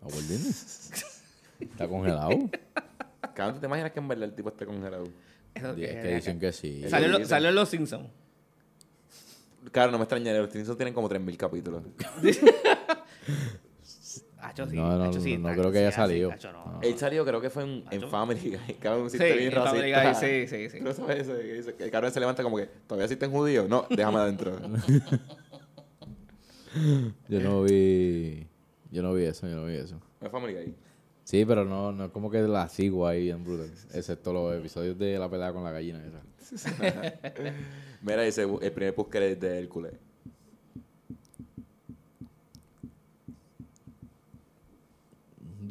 Speaker 1: A Walt Disney. Está congelado.
Speaker 2: Ah, Cabrón, ¿tú ¿te imaginas que en verdad el tipo esté congelado?
Speaker 3: Eso
Speaker 1: Y es
Speaker 3: que-
Speaker 1: que dicen que sí.
Speaker 3: Salió, en lo-
Speaker 2: dicen.
Speaker 3: salió en Los Simpsons.
Speaker 2: Claro, no me extrañaría, los Simpsons tienen como 3.000 capítulos.
Speaker 3: Hacho, sí,
Speaker 1: No, no,
Speaker 3: hacho, sí,
Speaker 1: no, no
Speaker 3: hacho,
Speaker 1: creo que haya
Speaker 3: hacho,
Speaker 1: salido. Ah.
Speaker 3: hacho, no.
Speaker 1: No.
Speaker 2: Él salió, creo que fue en, en
Speaker 3: Macho.
Speaker 2: Family Guy. Cabrón, un
Speaker 3: Sí,
Speaker 2: sistema bien
Speaker 3: en Family
Speaker 2: racista.
Speaker 3: Guy, sí, sí, sí.
Speaker 2: ¿Tú no sabes eso? Que dice que el cabrón se levanta como que, ¿todavía existen judíos? No, déjame adentro.
Speaker 1: Yo no vi. Yo no vi eso, yo no vi eso.
Speaker 2: No es Family Guy.
Speaker 1: Sí, pero no, no es como que la sigo ahí bien brutal. Excepto los episodios de la pelea con la gallina. esa.
Speaker 2: Mira, dice el primer buscar es de Hércules.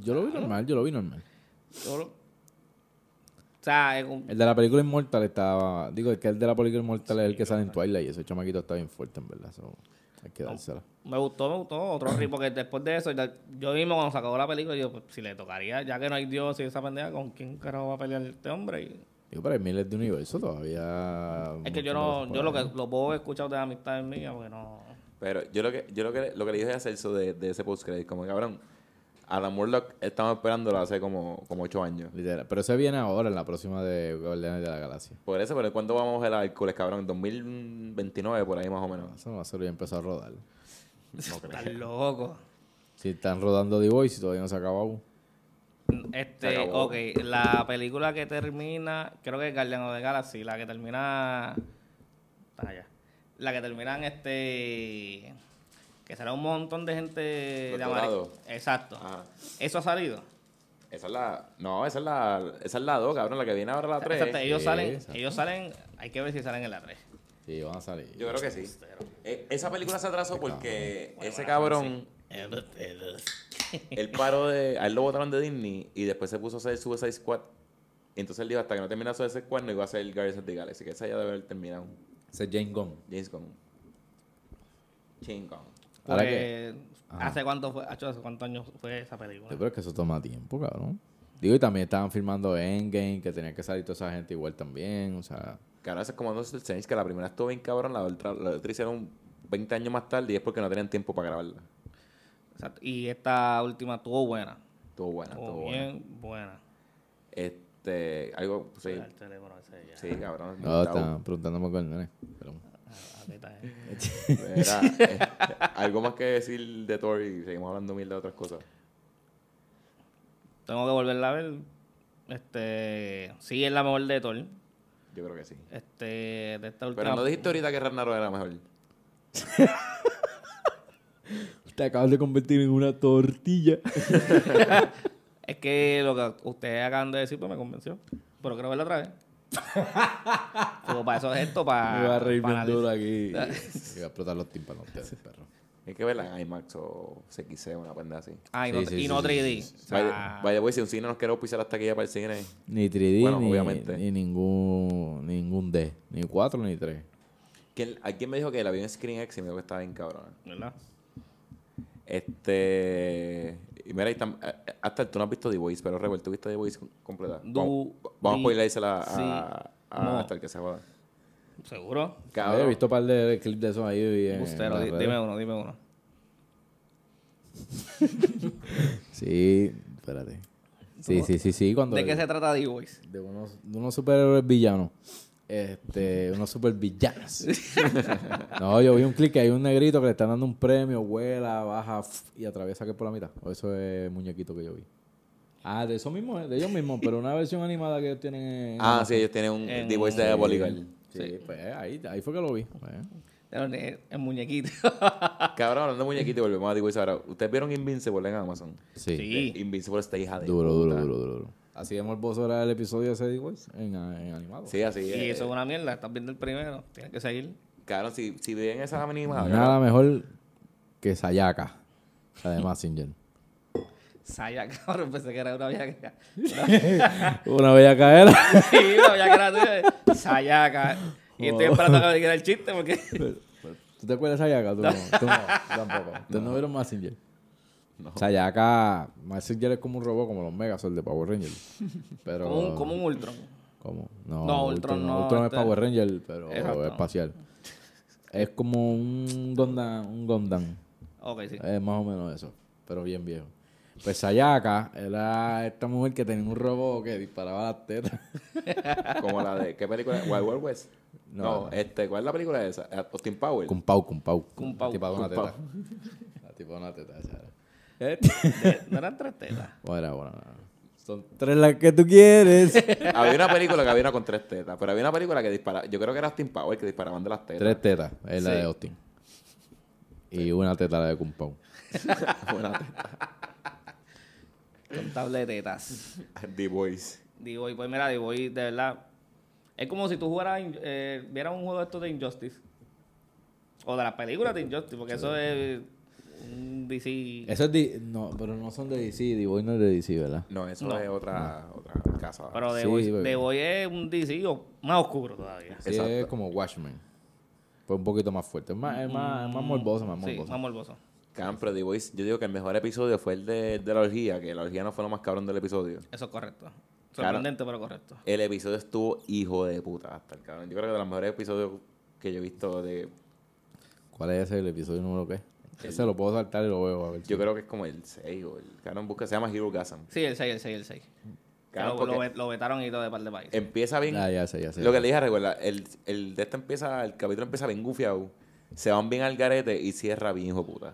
Speaker 1: Yo lo vi normal, yo lo vi normal.
Speaker 3: Yo lo- O sea, es un-
Speaker 1: El de la película Inmortal estaba. Digo, el que el de la película Inmortal es el que sale en Twilight y ese chamaquito está bien fuerte, en verdad. so, hay que dársela.
Speaker 3: me gustó, me gustó. Otro ritmo, porque después de eso, ya- yo mismo cuando se acabó la película, yo, pues, si le tocaría, ya que no hay Dios y esa pendeja, ¿con quién carajo va a pelear este hombre? Y-
Speaker 1: Digo, pero hay miles de universo todavía.
Speaker 3: es que yo no, yo lo que lo puedo escuchar de amistades mías, porque no.
Speaker 2: Pero yo lo que, yo lo que, lo que le dije a Celso de, de ese post credit, como cabrón, Adam Murlock estamos esperándolo hace como, como ocho años.
Speaker 1: Literal. Pero ese viene ahora en la próxima de Guardianes de la Galaxia.
Speaker 2: Por eso, pero ¿cuándo vamos a ver a Hércules, cabrón? En 2029, por ahí más o menos.
Speaker 1: Eso no va a ser ya empezó a rodar.
Speaker 3: Estás loco.
Speaker 1: Si están rodando The Voice y todavía no se ha acabado.
Speaker 2: Se
Speaker 3: Este,
Speaker 2: acabó.
Speaker 3: ok, la película que termina, creo que es Guardian of the Galaxy, la que termina. Ah, ya. La que termina en este. Que será un montón de gente de
Speaker 2: Doctorado.
Speaker 3: amarillo. Exacto.
Speaker 2: Ajá.
Speaker 3: Eso ha salido.
Speaker 2: Esa es la. No, esa es la. Esa es la 2, cabrón, la que viene ahora la 3.
Speaker 3: Exacto, ellos
Speaker 1: sí,
Speaker 3: salen,
Speaker 1: exacto.
Speaker 3: ellos salen, hay que ver si salen en la 3.
Speaker 1: Sí, van a salir.
Speaker 2: Yo creo que sí. Eh, esa película se atrasó porque ese cabrón, él paró de. A él lo botaron de Disney y después se puso a hacer Suicide Squad. Y entonces él dijo: hasta que no termina Suicide Squad, no iba a hacer Guardians of the Galaxy. Que esa ya debe haber terminado.
Speaker 1: Ese es Jane Gunn.
Speaker 2: James Gunn. James Gunn.
Speaker 1: ¿Ahora
Speaker 3: Porque
Speaker 1: Ajá.
Speaker 3: Pues, hace cuánto fue, hacho, hace cuántos años fue esa película.
Speaker 1: Ah. Yo creo que eso toma tiempo, cabrón. Digo, y también estaban filmando Endgame, que tenía que salir toda esa gente igual también. O sea,
Speaker 2: Cabrón, eso es como Doctor Strange, que la primera estuvo bien cabrón, la otra, la otra hicieron 20 años más tarde y es porque no tenían tiempo para grabarla.
Speaker 3: Exacto, Y esta última estuvo buena.
Speaker 2: Estuvo buena,
Speaker 3: Estuvo
Speaker 2: estuvo buena.
Speaker 3: Oh, bien buena.
Speaker 2: Este, algo, sí,
Speaker 3: El teléfono ese ya.
Speaker 2: sí, cabrón.
Speaker 1: no,
Speaker 2: montado.
Speaker 1: estaban preguntándome con el nene. Pero,
Speaker 3: Aquí está, eh.
Speaker 2: Era, eh, algo más que decir de Thor y seguimos hablando mil de otras cosas.
Speaker 3: Tengo que volverla a ver. Este, sí es la mejor de Thor.
Speaker 2: Yo creo que sí.
Speaker 3: Este, de esta última.
Speaker 2: Pero no dijiste ahorita que Ragnarok era mejor.
Speaker 1: Te acabas de convertir en una tortilla.
Speaker 3: Es que lo que ustedes acaban de decir pues me convenció. Pero quiero verla otra vez. Como para eso es esto,
Speaker 2: Ah,
Speaker 3: para.
Speaker 1: Me va a reír
Speaker 3: para
Speaker 1: bien
Speaker 3: analizar.
Speaker 1: duro aquí. Iba a explotar los tímpanos a ustedes, perro.
Speaker 2: Hay que verla en IMAX o CXC, una pendeja así.
Speaker 3: Ah, y
Speaker 1: Sí,
Speaker 3: no,
Speaker 1: sí,
Speaker 3: y
Speaker 1: sí,
Speaker 3: no
Speaker 1: sí,
Speaker 3: 3D.
Speaker 1: sí,
Speaker 3: O
Speaker 2: By the-
Speaker 3: sea,
Speaker 2: by the way, si un cine nos quiere pisar hasta aquí para el cine,
Speaker 1: Ni 3D,
Speaker 2: Bueno,
Speaker 1: ni,
Speaker 2: obviamente.
Speaker 1: ni ningún, ningún D. Ni 4, ni 3.
Speaker 2: ¿quién, alguien me dijo que la vio en Screen X y me dijo que estaba bien cabrona.
Speaker 3: ¿verdad?
Speaker 2: Este. Y mira, ahí tam- eh, eh, hasta tú no has visto The Voice, pero Rebel, tú viste The Voice com- completa.
Speaker 3: Du-
Speaker 2: Vamos, vamos a
Speaker 3: di-
Speaker 2: spoileársela
Speaker 3: sí.
Speaker 2: a, a,
Speaker 3: No.
Speaker 2: hasta el que se joda.
Speaker 3: Seguro.
Speaker 1: Cabrón. He
Speaker 2: Cabrón,
Speaker 1: visto un par de clips de esos ahí. y en
Speaker 3: Bustero,
Speaker 1: las
Speaker 3: di-
Speaker 1: redes.
Speaker 3: dime uno, dime uno.
Speaker 1: Sí, espérate. Sí, sí, sí, sí. Cuando
Speaker 3: ¿De qué se trata D-Boys?
Speaker 1: de unos, de unos superhéroes villanos. Este, unos supervillanos. no, yo vi un clic que hay un negrito que le están dando un premio, vuela, baja f- y atraviesa que por la mitad. O eso es muñequito que yo vi. Ah, de eso mismo, eh, de ellos mismos, pero una versión animada que ellos tienen. en-
Speaker 2: Ah, sí, ellos tienen un
Speaker 3: En-
Speaker 2: The Voice de
Speaker 1: Sí.
Speaker 2: Bolívar.
Speaker 1: Sí, pues ahí, ahí fue que lo vi. pues.
Speaker 3: Pero de- el muñequito.
Speaker 2: Cabrón, hablando de muñequito, volvemos a Digo ahora. ¿Ustedes vieron Invincible en Amazon?
Speaker 1: Sí.
Speaker 3: Sí.
Speaker 2: Invincible está hija de
Speaker 1: Duro, duro,
Speaker 2: puta.
Speaker 1: duro, duro, duro. Así de morboso era el episodio de Sadie Boys en, en animado.
Speaker 2: Sí, así
Speaker 3: y
Speaker 2: es.
Speaker 3: eso es una mierda. Estás viendo el primero. Tienes que seguir.
Speaker 2: Cabrón, si, si ven esa animada,
Speaker 1: Nada mejor que Sayaka. Además, Singer.
Speaker 3: Saya, cabrón. Pensé que era una viagra.
Speaker 1: Una bella cadera.
Speaker 3: Sí, una viagra tuya. Saya, cabrón. eh, Y estoy esperando que me diga el chiste porque...
Speaker 1: ¿Tú te acuerdas de Sayaka? Tú no, tú no, tampoco. Ustedes no vieron Massinger. Sayaka, Massinger es como un robot, como los Megazord de Power Rangers. Pero,
Speaker 3: Como un, como un Ultron.
Speaker 1: ¿Cómo? No,
Speaker 3: No,
Speaker 1: Ultron,
Speaker 3: Ultron
Speaker 1: no.
Speaker 3: no,
Speaker 1: Ultron es
Speaker 3: este-
Speaker 1: Power Ranger, pero
Speaker 3: Exacto.
Speaker 1: espacial. Es como un Gondam, un Gondam.
Speaker 3: Ok, sí.
Speaker 1: Es más o menos eso, pero bien viejo. Pues Sayaka era esta mujer que tenía un robot que disparaba las tetas.
Speaker 2: como la de. ¿Qué película? Wild Wild West.
Speaker 1: No,
Speaker 2: No,
Speaker 1: no.
Speaker 2: este, ¿cuál es la película de esa? Austin Powers.
Speaker 1: Kung Pao, Kung ¿Eh? Pao.
Speaker 3: Kung
Speaker 1: La
Speaker 3: Pao.
Speaker 1: tipa de una
Speaker 2: Kung Pao.
Speaker 1: teta. La tipa de una teta, esa era.
Speaker 3: De- No eran tres telas.
Speaker 1: Bueno, bueno, no. Son tres las que tú quieres.
Speaker 2: había una película que había una con tres tetas, pero había una película que disparaba. Yo creo que era Austin Powers que disparaban de las tetas.
Speaker 1: tres tetas, es la
Speaker 3: Sí.
Speaker 1: de Austin. Y una teta la de Kung Pao.
Speaker 2: Buena teta.
Speaker 3: Con tabletetas.
Speaker 2: The Boys.
Speaker 3: Digo, y pues mira, digo, y de verdad. Es como si tú jugaras, in- eh, vieras un juego de estos de Injustice. O de las películas de Injustice, porque eso es un DC.
Speaker 1: Eso es de, no, pero no son de DC, D-Boy no es de DC, ¿verdad?
Speaker 2: No, eso
Speaker 3: No.
Speaker 2: es otra, otra casa.
Speaker 3: pero de
Speaker 1: sí,
Speaker 3: Boy,
Speaker 1: porque-
Speaker 3: The Boy es un DC o- más oscuro todavía.
Speaker 1: Sí,
Speaker 2: Exacto.
Speaker 1: es como Watchmen. Pues un poquito más fuerte. Es más, es más, Ah, es más morboso, más
Speaker 3: Sí,
Speaker 1: morboso.
Speaker 3: más morboso.
Speaker 2: Cabrón, pero The Boys, yo digo que el mejor episodio fue el de, de la orgía, que la orgía no fue lo más cabrón del episodio.
Speaker 3: Eso es correcto.
Speaker 2: Claro.
Speaker 3: Sorprendente, pero correcto.
Speaker 2: El episodio estuvo hijo de puta hasta el cabrón. Yo creo que de los mejores episodios que yo he visto de...
Speaker 1: ¿Cuál es ese el episodio número qué? Ese lo puedo saltar y lo veo a ver.
Speaker 2: Yo creo que es como el 6 o el... Cabrón, busca, se llama Hero Gasm.
Speaker 3: Sí, el 6, el 6, el 6.
Speaker 2: Claro,
Speaker 3: lo,
Speaker 2: porque- Eh,
Speaker 3: vet- lo vetaron y todo de par de países.
Speaker 2: Empieza bien...
Speaker 1: Ah, ya sé, ya sé.
Speaker 2: Lo que le dije, recuerda, el, el de este empieza, el capítulo empieza bien gufiado, se van bien al garete y cierra bien hijo de puta.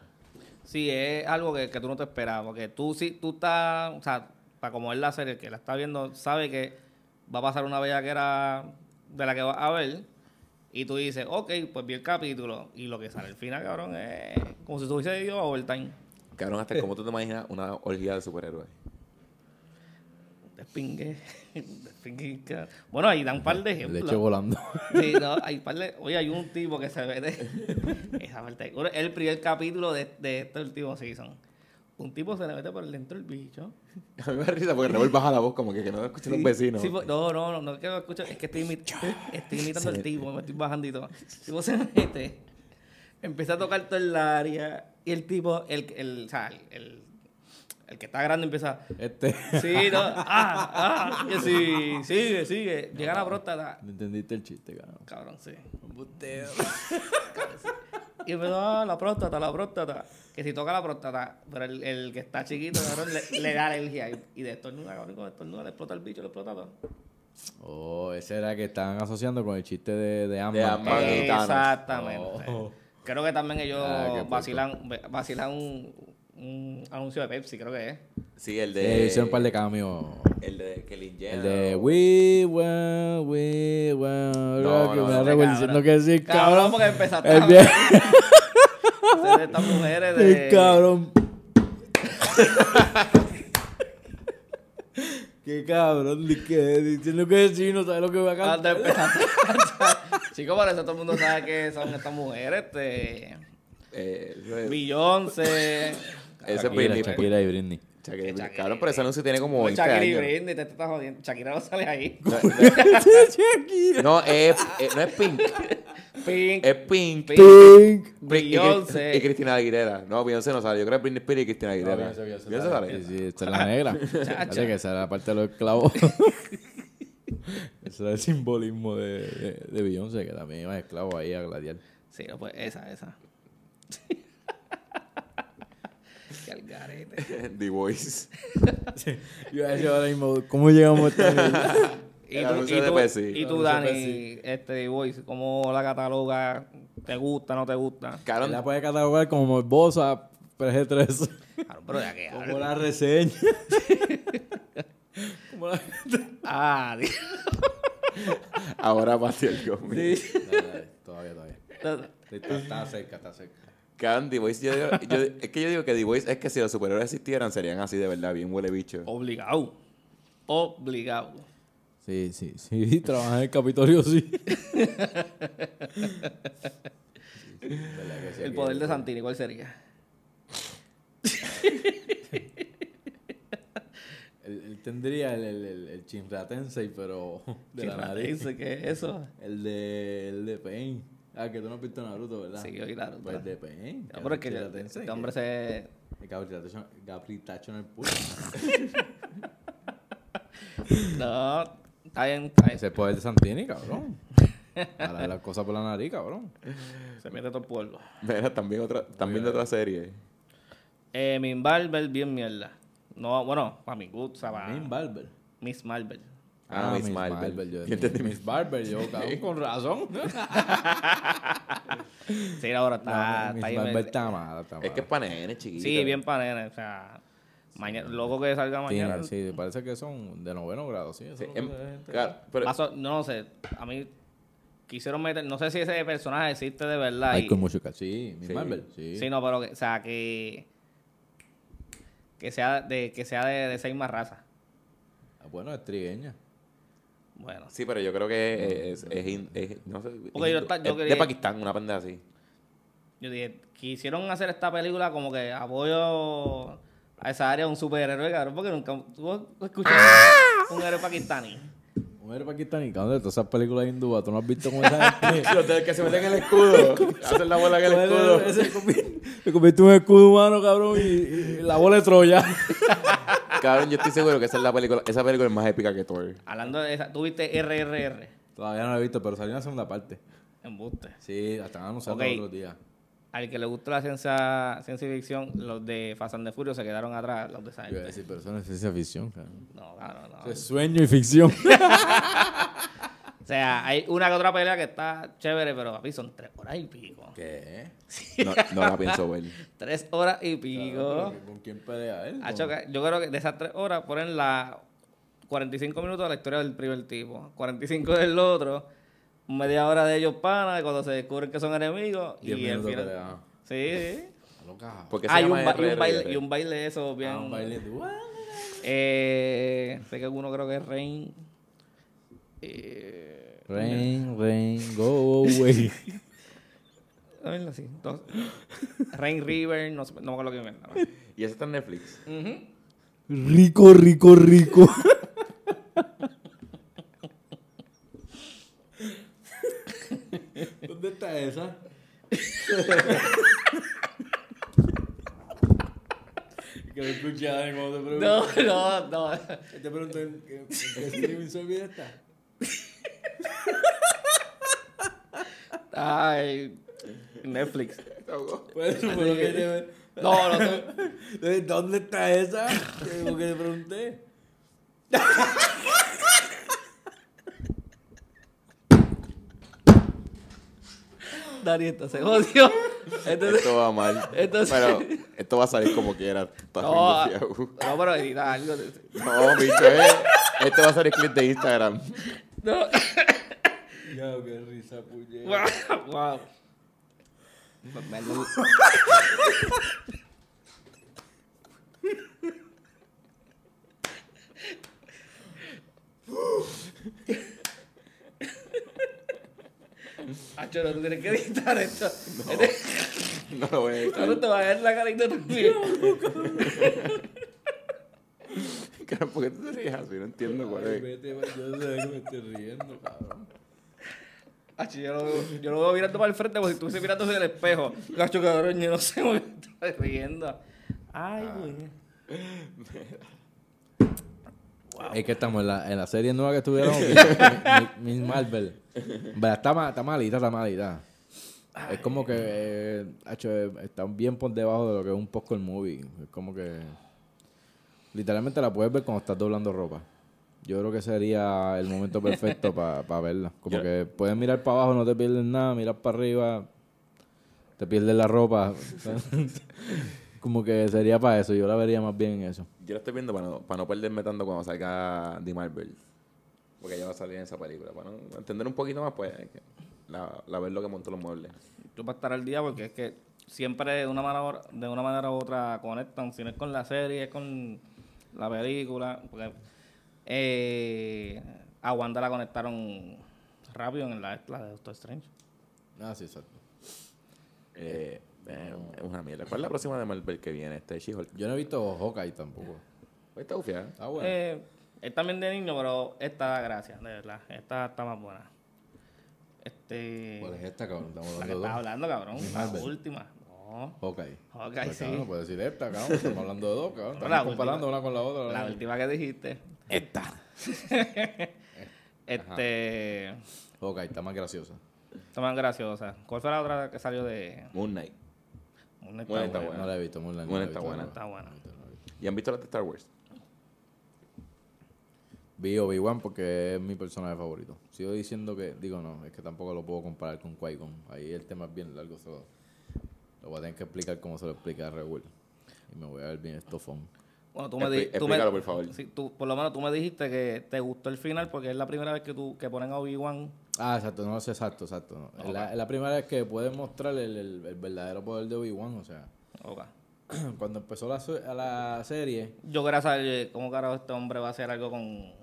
Speaker 3: Sí, es algo que, que tú no te esperabas, porque tú sí, tú estás, o sea, para como es la serie, el que la está viendo sabe que va a pasar una bellaquera de la que vas a ver, y tú dices, ok, pues vi el capítulo, y lo que sale al final, cabrón, es como si estuviese yo a overtime,
Speaker 2: Cabrón, hasta como tú te imaginas una orgía de superhéroes.
Speaker 3: despingue, despingue, ca- bueno, ahí dan un par de
Speaker 1: Le eché
Speaker 3: ejemplos.
Speaker 1: volando.
Speaker 3: Sí, no, hay par de- oye, hay un tipo que se ve de- esa parte, es el primer capítulo de, de este último season, un tipo se le mete por dentro el bicho.
Speaker 2: A mí me da risa porque Rebel baja la voz como que, que no escuchan los
Speaker 3: Sí,
Speaker 2: vecinos.
Speaker 3: sí, pues, no, no, no, no es que lo escucho, es que estoy, imi- estoy imitando al tipo, me estoy bajando y todo. El tipo se mete, empieza a tocar todo el área y el tipo, el, el, o sea, el, el- el que está grande empieza,
Speaker 1: Este.
Speaker 3: sí, no, ah, ah, que sí, sigue, sigue, llega la próstata,
Speaker 1: No entendiste el chiste, cabrón.
Speaker 3: cabrón, sí. Cabrón, sí. Y empieza, ah, la próstata, la próstata, que si toca la próstata, pero el, el que está chiquito, cabrón, le, le da alergia y, y de estornuda, cabrón, con estornuda le explota el bicho, le explota todo.
Speaker 1: Oh, ese era que estaban asociando con el chiste de, de Ant-Man.
Speaker 2: De Ant-Man.
Speaker 1: cabrón.
Speaker 2: Eh, Thanos.
Speaker 3: Exactamente.
Speaker 1: Oh.
Speaker 3: Creo que también ellos
Speaker 1: Ah, qué puerco.
Speaker 3: vacilan, vacilan un, un anuncio de Pepsi, creo que es.
Speaker 2: Sí, el
Speaker 1: Eh,
Speaker 2: de...
Speaker 1: hicieron un par de cambios.
Speaker 2: El de que le inyecta.
Speaker 1: El de We Will, We Will.
Speaker 2: No,
Speaker 1: Rock
Speaker 2: no,
Speaker 1: you. me
Speaker 2: no,
Speaker 1: da
Speaker 2: no,
Speaker 1: revuelo
Speaker 3: cabrón.
Speaker 1: diciendo que sí,
Speaker 3: Cabrón,
Speaker 1: cabrón.
Speaker 3: porque empezaste
Speaker 1: El
Speaker 3: a
Speaker 1: bien-
Speaker 3: hablar de estas mujeres de...
Speaker 1: el cabrón. Qué cabrón, di que diciendo que sí, no sabe lo que va a
Speaker 3: Cuando
Speaker 1: cantar.
Speaker 3: empezaste a- Chicos, por eso todo el mundo sabe que son estas mujeres, este...
Speaker 2: Eh, ese-
Speaker 3: Beyoncé...
Speaker 2: ese es
Speaker 1: Shakira,
Speaker 2: Britney.
Speaker 1: Shakira y Britney.
Speaker 2: Shakira y Britney.
Speaker 3: Shakira.
Speaker 2: Cabrón, pero ese anuncio tiene como 20
Speaker 3: Shakira y
Speaker 2: años.
Speaker 3: Britney, te, te estás jodiendo. Shakira no sale ahí.
Speaker 1: Shakira.
Speaker 2: No, es, es- no es Pink.
Speaker 3: Pink,
Speaker 2: Es Eh, Pink.
Speaker 3: Pink.
Speaker 1: Pink.
Speaker 2: Britney- y-
Speaker 3: Beyoncé.
Speaker 2: Y, Cristina Aguilera. No, Beyoncé no sale. Yo creo que Britney Spears y Cristina Aguilera. Beyoncé sale.
Speaker 1: Sí, sí, esta es la negra. Parece que esa era la parte de los esclavos. Ese era el simbolismo de, de, de Beyoncé, que también iba esclavo ahí a gladiar.
Speaker 3: Sí, no, pues esa, esa. Qué al garete.
Speaker 2: The Voice.
Speaker 1: Yo decía ahora mismo, ¿cómo llegamos a estar
Speaker 3: Y
Speaker 2: El
Speaker 3: tú,
Speaker 2: anuncio
Speaker 3: y
Speaker 2: de
Speaker 3: tú,
Speaker 2: Pepsi.
Speaker 3: y
Speaker 1: El
Speaker 3: tú,
Speaker 1: anuncio de
Speaker 3: Dani, este The Voice, ¿cómo la cataloga? ¿Te gusta, no te gusta?
Speaker 2: Cabrón,
Speaker 1: La puede catalogar como morbosa, PG-13.
Speaker 3: Claro, pero ya que
Speaker 1: Como la reseña. como la...
Speaker 3: Ah, di-
Speaker 2: Ahora pase el cómic.
Speaker 1: Dale, dale, todavía, todavía. Está, está cerca, está cerca.
Speaker 2: Cabrón, The Voice, yo digo- yo- es que yo digo que The Voice es que si los superhéroes existieran serían así de verdad, bien huele bicho.
Speaker 3: Obligado. Obligado.
Speaker 1: Sí, sí, sí. Trabajar en el Capitolio, sí.
Speaker 2: Este,
Speaker 3: El poder de Santini, ¿cuál sería?
Speaker 1: Él, él tendría el, el, el, el chinratensei, pero de la nariz.
Speaker 3: Dice que eso.
Speaker 1: El de, el de Pain. Ah, que tú no has visto Naruto, ¿verdad?
Speaker 3: Sí, yo vi Naruto.
Speaker 1: Pues el de Pain.
Speaker 3: No, pero es que el-
Speaker 1: Chinratensei,
Speaker 3: este hombre se.
Speaker 1: que- Gabritacho- Gabritacho en el puño.
Speaker 3: No, está bien, está bien.
Speaker 1: Ese es poder de Santini, cabrón. Para las cosas por la nariz, cabrón.
Speaker 3: Se mete todo el pueblo.
Speaker 2: Mira, también otra, también de otra serie.
Speaker 3: Eh, Miss Marvel, bien mierda. No, bueno, para mi gusto, o sea, para
Speaker 1: Min Barber.
Speaker 3: Miss Marvel.
Speaker 2: Ah, Miss Marvel.
Speaker 1: yo
Speaker 2: Yo entendí
Speaker 1: Miss Barber, yo, cabrón, con razón.
Speaker 3: Sí, ahora Ah,
Speaker 1: No,
Speaker 3: está.
Speaker 1: Miss
Speaker 3: está bien
Speaker 1: Barber
Speaker 3: mierda.
Speaker 1: está mala, está mala.
Speaker 2: Es que es para nenes, chiquito.
Speaker 3: Sí, bien panera, o sea. Mañana, loco que salga
Speaker 1: Tiene,
Speaker 3: mañana.
Speaker 1: sí, parece que son de noveno grado, sí. Eso
Speaker 2: Sí,
Speaker 1: es lo
Speaker 2: em-
Speaker 1: que se ve.
Speaker 2: claro,
Speaker 3: este,
Speaker 2: pero
Speaker 3: Paso- no sé, a mí quisieron meter, no sé si ese personaje existe de verdad.
Speaker 1: Ay,
Speaker 3: y-
Speaker 1: con mucho cacho. Sí, Miss
Speaker 2: Sí.
Speaker 1: Marvel, sí.
Speaker 3: Sí, no, pero que, o sea, que que sea de que sea de, de seis más razas.
Speaker 1: Ah, Bueno, es trigueña.
Speaker 3: Bueno,
Speaker 2: sí, pero yo creo que es, es, es hin- es- no sé, es
Speaker 3: Porque yo
Speaker 2: hindú.
Speaker 3: ta- yo
Speaker 2: Es de
Speaker 3: quería-
Speaker 2: Pakistán, una pendeja así.
Speaker 3: yo dije, quisieron hacer esta película como que apoyo a esa área de un superhéroe, cabrón, porque nunca tú escuchas un héroe pakistaní.
Speaker 1: Un héroe pakistaní, cabrón, de todas esas películas hindúes, tú no has visto cómo esa gente...
Speaker 2: Los del que se meten en el escudo, hacen la bola en el escudo.
Speaker 1: Ese Se convierte se convierte en un escudo humano, cabrón, y, y la bola de Troya.
Speaker 2: Cabrón, yo estoy seguro que esa es la película, esa película es más épica que Thor.
Speaker 3: Hablando de esa, tú viste RRR,
Speaker 1: Todavía no la he visto, pero salió en la segunda parte.
Speaker 3: embuste.
Speaker 1: Sí, la estaban anunciando
Speaker 3: Ok.
Speaker 1: el otro día.
Speaker 3: Al que le gusta la ciencia, ciencia y ficción, los de Fast and the Furious se quedaron atrás, los de esa
Speaker 1: Yo iba a
Speaker 3: gente.
Speaker 1: decir, pero eso no es ciencia ficción, cabrón.
Speaker 3: No, claro, no.
Speaker 1: Eso es sueño y ficción.
Speaker 3: O sea, hay una que otra pelea que está chévere, pero papi, son tres horas y pico.
Speaker 1: ¿Qué?
Speaker 2: No, no la pienso ver.
Speaker 3: Tres horas y pico.
Speaker 1: ¿Con quién pelea él?
Speaker 3: Hacho, que- Ah, yo creo que de esas tres horas ponen la 45 minutos de la historia del primer tipo, 45 del otro, media hora de ellos panas, de cuando se descubren que son enemigos
Speaker 1: Diez
Speaker 3: y el
Speaker 1: minutos
Speaker 3: final.
Speaker 1: pelea.
Speaker 3: Sí, sí.
Speaker 1: Loca.
Speaker 2: Porque
Speaker 3: Ah, y un, ba- y un baile, y un baile de esos bien.
Speaker 1: Ah, un baile de-
Speaker 3: Eh, sé que uno creo que es Rain. Eh,
Speaker 1: Rain, rain, go away.
Speaker 3: A ver, así. dos. Rain River, no, sé- no me acuerdo qué mierda.
Speaker 2: Y eso está en Netflix.
Speaker 1: Rico, rico, rico. ¿Dónde está esa? que lo escuché a Dani cuando te pregunto.
Speaker 3: No, no, no.
Speaker 1: Te pregunto en qué en qué streaming service está.
Speaker 3: Ay, Netflix.
Speaker 1: Pues eso fue lo que te-
Speaker 3: Ah, No, no sé.
Speaker 1: Entonces, ¿Dónde está esa? Que es lo que te pregunté.
Speaker 3: Dani, esto se jodió. Entonces,
Speaker 2: Esto va mal.
Speaker 3: Entonces-
Speaker 2: Pero esto va a salir como quiera. Está
Speaker 3: no, ah.
Speaker 2: bien gufiado.
Speaker 3: no, pero edita algo.
Speaker 2: No, bicho, eh. Este va a ser el clip de Instagram.
Speaker 3: No.
Speaker 1: Ya, qué risa, puñet.
Speaker 3: Wow. wow. Pues, me lo- Acho, no, tú tienes que editar esto.
Speaker 2: No lo voy a editar.
Speaker 3: Tú te vas a ver la carita también.
Speaker 2: Cara, ¿Por qué tú te ríes así? No entiendo cuál
Speaker 1: Ay,
Speaker 2: es.
Speaker 1: vete, yo no sé que me estoy riendo, cabrón.
Speaker 3: Acho, yo, lo veo, yo lo veo mirando para el frente como si estuviese mirándose en el espejo. Cacho, cabrón, yo no sé por qué te estás riendo. Ay, güey.
Speaker 1: Es que estamos en la, en la serie nueva que estuvieron. Miss- Miss Marvel. Pero está, ma- está malita, está malita. Es como que eh, hacho, eh, está bien por debajo de lo que es un poco el movie. Es como que. Literalmente la puedes ver cuando estás doblando ropa. Yo creo que sería el momento perfecto para verla. Como
Speaker 2: Yo-
Speaker 1: que puedes mirar para abajo, no te pierdes nada, mirar para arriba, te pierdes la ropa. como que sería para eso. Yo la vería más bien en eso.
Speaker 2: Yo lo estoy viendo para no, para no perderme tanto cuando salga The Marvel. Porque ella va a salir en esa película. Para no- entender un poquito más, pues, hay que- la, la ver lo que montó los muebles.
Speaker 3: Tú para estar al día porque es que siempre de una manera, u otra- de una manera u otra conectan. Si no es con la serie, es con la película. Porque, eh, a Wanda la conectaron rápido en la, la de Doctor Strange.
Speaker 1: Ah, sí, exacto.
Speaker 2: Eh, eh, es una mierda. ¿Cuál es la próxima de Marvel que viene? Este She-Hulk. Ah.
Speaker 1: Yo no he visto Hawkeye tampoco.
Speaker 2: Está bufiada.
Speaker 1: Está bueno.
Speaker 3: Eh, es también de niño, pero esta da gracia, de verdad. Esta está más buena. Este.
Speaker 1: ¿Cuál Pues es esta, cabrón? Estamos
Speaker 3: La que
Speaker 1: hablando de
Speaker 3: estás
Speaker 1: dos.
Speaker 3: hablando, cabrón.
Speaker 1: Miss
Speaker 3: La
Speaker 1: Marvel.
Speaker 3: última. No.
Speaker 1: Hawkeye.
Speaker 3: Hawkeye,
Speaker 1: Pues,
Speaker 3: sí.
Speaker 1: cabrón, no puedes decir esta, cabrón. Estamos hablando de dos, cabrón.
Speaker 3: No, la
Speaker 1: Estamos
Speaker 3: última.
Speaker 1: comparando una con la otra.
Speaker 3: La
Speaker 1: ¿verdad?
Speaker 3: última que dijiste.
Speaker 2: Esta.
Speaker 3: Este.
Speaker 1: Hawkeye está más graciosa.
Speaker 3: Está más graciosa. ¿Cuál fue la otra que salió de.?
Speaker 2: Moon Knight.
Speaker 3: Una
Speaker 2: Bueno, está
Speaker 1: No la he visto, muy larga. no la
Speaker 2: Buena
Speaker 1: he
Speaker 2: está
Speaker 1: visto,
Speaker 2: buena.
Speaker 1: no.
Speaker 3: Está buena.
Speaker 2: ¿Y han visto las de Star Wars?
Speaker 1: Vi Obi-Wan porque es mi personaje favorito. Sigo diciendo que, digo, no, es que tampoco lo puedo comparar con Qui-Gon. Ahí el tema es bien largo, se lo, lo voy a tener que explicar como se lo explica a Raúl. Y me voy a ver bien estofón.
Speaker 3: Bueno, tú me
Speaker 2: Expli-
Speaker 3: dijiste.
Speaker 2: explícalo, por favor.
Speaker 3: tú, por lo menos tú me dijiste que te gustó el final porque es la primera vez que, tú, que ponen a Obi-Wan.
Speaker 1: Ah, exacto, no lo sé, exacto, exacto. no. Es, la, es la primera vez que pueden mostrar el, el- el verdadero poder de Obi-Wan, o sea.
Speaker 3: Ok.
Speaker 1: Cuando empezó la, se- a la serie,
Speaker 3: Yo quería saber cómo carajo este hombre va a hacer algo con.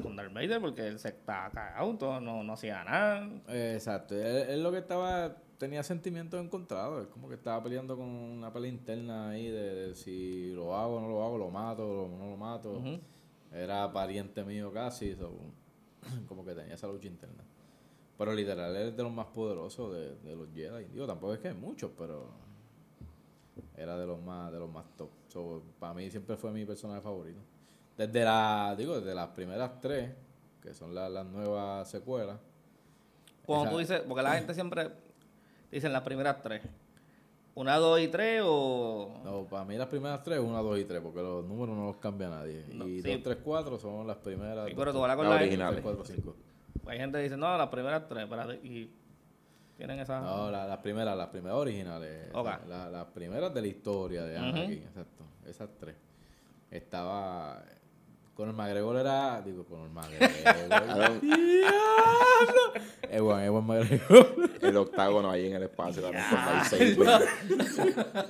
Speaker 3: Con Darth Vader porque él se está cagado, entonces no, no hacía nada.
Speaker 1: eh, exacto, él, él lo que estaba, tenía sentimientos encontrados, es como que estaba peleando con una pelea interna ahí de, de si lo hago, no lo hago, lo mato, lo- no lo mato.
Speaker 3: Ujú.
Speaker 1: Era pariente mío casi, so, como que tenía esa lucha interna. Pero literal, él es de los más poderosos de, de los Jedi. Digo, tampoco es que hay muchos, pero era de los más de los más top. para mí siempre fue mi personaje favorito. Desde la, digo, desde las primeras tres, que son la- las nuevas secuelas.
Speaker 3: Cuando
Speaker 1: Esa-
Speaker 3: tú dices, porque la gente siempre dicen las primeras tres. Una, dos y tres o...
Speaker 1: No, para mí las primeras tres, una, dos y tres, porque los números no los cambia nadie.
Speaker 3: No,
Speaker 1: y
Speaker 3: sí.
Speaker 1: dos, tres, cuatro son las primeras.
Speaker 3: Sí,
Speaker 1: dos,
Speaker 3: pero tú
Speaker 1: tres,
Speaker 3: hablas con
Speaker 2: La
Speaker 3: la gente.
Speaker 2: original.
Speaker 1: tres, cuatro, cinco.
Speaker 3: Hay gente que dice, no, las primeras tres, espérate, y tienen esa...
Speaker 1: No, la- las primeras, las primeras originales.
Speaker 3: Ok.
Speaker 1: La- la- Las primeras de la historia de Anakin, exacto. Esas tres. Estaba. Con el McGregor era. Digo, con el McGregor. Eh,
Speaker 2: Cabrón,
Speaker 1: Ewan, Ewan McGregor.
Speaker 2: el octágono ahí en el espacio. cabrón, con lightsaber.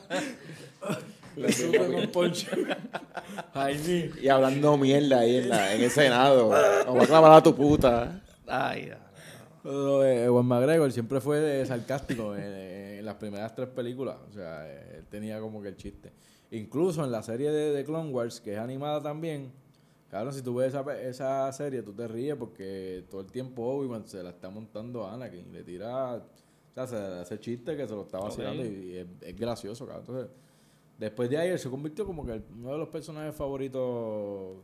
Speaker 1: Le supe con poncho. Jaime.
Speaker 2: y hablando mierda ahí en, la, en el Senado. Vamos a clavar a tu puta.
Speaker 3: Ay, ya.
Speaker 1: Pero, eh, Ewan McGregor siempre fue de sarcástico en, en las primeras tres películas. O sea, eh, él tenía como que el chiste. Incluso en la serie de, de Clone Wars, que es animada también, claro, si tú ves esa, pe- esa serie, tú te ríes porque todo el tiempo Obi-Wan se la está montando a Anakin. Le tira, o sea, se le hace chiste que se lo está vacilando
Speaker 3: Ok.
Speaker 1: y, y es, es gracioso, cabrón. Entonces, después de ahí, él se convirtió como que el- uno de los personajes favoritos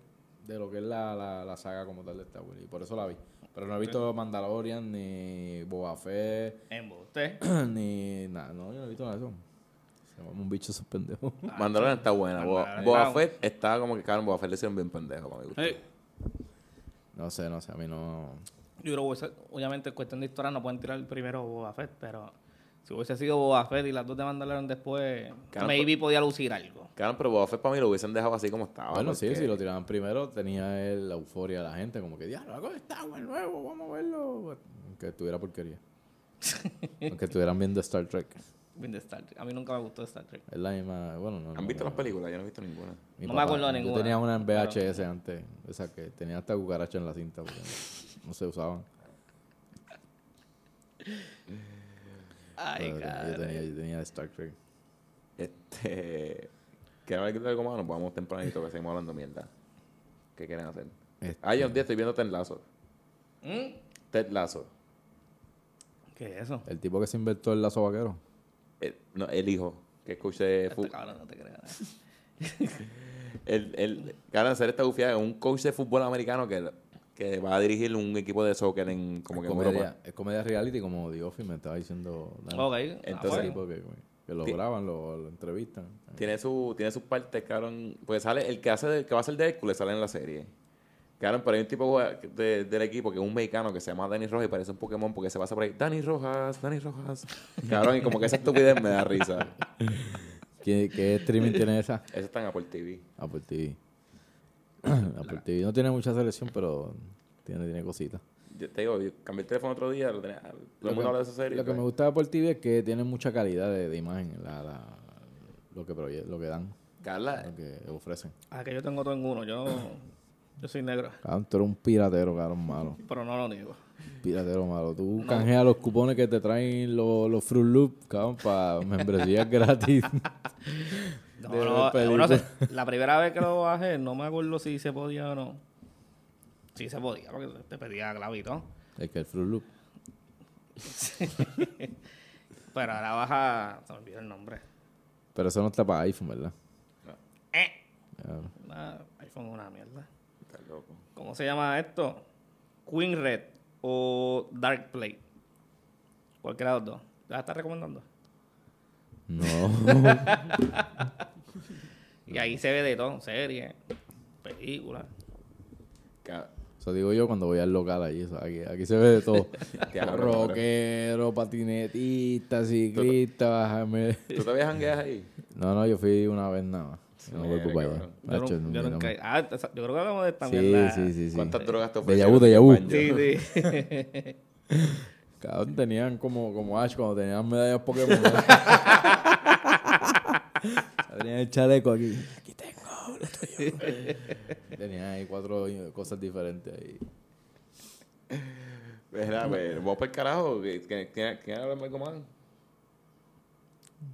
Speaker 1: de lo que es la, la, la saga como tal de Star Wars. Y por eso la vi. Pero no he visto Mandalorian, ni Boba Fett,
Speaker 3: Embuste.
Speaker 1: ni nada. No, yo no he visto nada de eso. Se llama un bicho esos pendejos.
Speaker 2: Mandalorian está buena. Boba,
Speaker 3: Ah, Mandalorian. Eh.
Speaker 2: Boba Fett está como que, cabrón, Boba Fett le hicieron bien pendejo para mi gusto.
Speaker 1: No sé, no sé, a mí no.
Speaker 3: Yo creo que hubiese- obviamente en cuestión de historia no pueden tirar el primero Boba Fett, pero si hubiese sido Boba Fett y las dos te mandaron después,
Speaker 2: Claro,
Speaker 3: maybe podía lucir algo.
Speaker 2: Cabrón, pero Boba Fett para mí lo hubiesen dejado así como estaba.
Speaker 1: bueno, sí,
Speaker 2: porque-
Speaker 1: si lo tiraban primero, tenía el- la euforia de la gente, como que, diablo, algo está el nuevo, vamos a verlo. Aunque estuviera porquería. Aunque estuvieran viendo Star Trek.
Speaker 3: Bien de Star Trek. A mí nunca me gustó Star Trek.
Speaker 1: Es la misma. Bueno, no.
Speaker 2: ¿Han
Speaker 1: no,
Speaker 2: visto
Speaker 1: no.
Speaker 2: las películas? Yo no he visto ninguna.
Speaker 1: Mi
Speaker 3: No me acuerdo de ninguna.
Speaker 1: Yo tenía una en VHS antes, esa que tenía hasta cucaracha en la cinta, porque no, no se usaban.
Speaker 3: Ay,
Speaker 1: Pero
Speaker 3: cara.
Speaker 1: yo, tenía, yo tenía Star Trek.
Speaker 2: Este. ¿Quieren hablar de algo más? Nos vamos tempranito que seguimos hablando mierda. ¿Qué quieren hacer?
Speaker 1: Este-
Speaker 2: Ah, yo un día estoy viendo Ted Lasso.
Speaker 3: ¿Mm?
Speaker 2: Ted Lasso.
Speaker 3: ¿Qué es eso?
Speaker 1: El tipo que se inventó el lazo vaquero.
Speaker 2: Eh, no, el hijo que escuché.
Speaker 3: Este
Speaker 2: fu-
Speaker 3: cabrón no te creas.
Speaker 2: el, el, cara, hacer esta bufiada es un coach de fútbol americano que, que va a dirigir un equipo de soccer en como que
Speaker 1: es,
Speaker 2: en
Speaker 1: comedia,
Speaker 2: Europa.
Speaker 1: es comedia reality, como The Office me estaba diciendo. Dan.
Speaker 3: Ok.
Speaker 2: Entonces-
Speaker 1: Ese
Speaker 3: ah, bueno.
Speaker 1: tipo que, que lo
Speaker 2: Ti-
Speaker 1: graban, lo, lo entrevistan.
Speaker 2: Tiene su, tiene sus partes, cabrón. Pues sale, el que hace de- que va a ser de Hércules sale en la serie. Cabrón, pero hay un tipo de- del equipo que es un mexicano que se llama Danny Rojas y parece un Pokémon porque se pasa por ahí. Danny Rojas, Danny Rojas. Cabrón, y como que esa estupidez me da risa.
Speaker 1: ¿Qué, qué streaming tiene esa?
Speaker 2: Eso está en Apple TV.
Speaker 1: Apple TV. Apple TV no tiene mucha selección, pero Tiene, tiene cositas.
Speaker 2: Yo te digo, yo cambié el teléfono otro día, lo tenía, todo el mundo habla de esa serie.
Speaker 1: lo que me
Speaker 2: pues.
Speaker 1: gusta de Apple TV es que tiene mucha calidad de, de imagen, la, la- lo, que proye- lo que dan,
Speaker 2: Carla,
Speaker 1: lo que ofrecen.
Speaker 3: Ah, que yo tengo todo en uno. Yo, yo soy negro,
Speaker 1: Cabrón, tú eres un piratero, cabrón, malo.
Speaker 3: pero no lo niego.
Speaker 1: Piratero malo. Tú canjeas los cupones que te traen los, los Fruit Loop, cabrón, para membresías gratis.
Speaker 3: No,
Speaker 1: De
Speaker 3: no,
Speaker 1: ver
Speaker 3: yo no sé. la primera vez que lo bajé, no me acuerdo si se podía o no. Si se podía, porque te pedía clavito.
Speaker 1: es que el Fruit Loop.
Speaker 3: Pero ahora baja, se me olvidó el nombre.
Speaker 1: Pero eso no está para iPhone, ¿verdad?
Speaker 3: Eh,
Speaker 1: Claro.
Speaker 3: nah, iPhone es una mierda.
Speaker 2: está loco.
Speaker 3: ¿Cómo se llama esto? Queen Red o Dark Play. Cualquiera de los dos. ¿La estás recomendando?
Speaker 1: No.
Speaker 3: Y ahí se ve de todo, series, películas.
Speaker 2: Ca-
Speaker 1: Eso digo yo cuando voy al local allí. eso, Aquí, aquí se ve de todo.
Speaker 2: Diablo,
Speaker 1: Rockero, patinetista, ciclista. me-
Speaker 2: ¿Tú todavía jangueas ahí?
Speaker 1: No, no, yo fui una vez nada más. No
Speaker 2: Mira,
Speaker 1: vuelvo para allá.
Speaker 2: cabrón.
Speaker 3: Yo,
Speaker 1: Nacho,
Speaker 3: nun- yo
Speaker 1: mira,
Speaker 3: nunca...
Speaker 1: man.
Speaker 3: Ah, esa- yo creo que hablamos de esta mierda.
Speaker 1: Sí, sí, sí, sí.
Speaker 2: ¿Cuántas drogas te
Speaker 1: Déjà
Speaker 2: ofrecieron?
Speaker 1: vu, déjà vu.
Speaker 3: Sí, sí.
Speaker 1: Cabrón, tenían como, como Ash cuando tenían medallas Pokémon. tenían el chaleco aquí. Aquí tengo, lo tuyo. tenían ahí cuatro cosas diferentes ahí.
Speaker 2: Mira, pues, vamos para el carajo. que- que- que- ¿Quién habla más como más?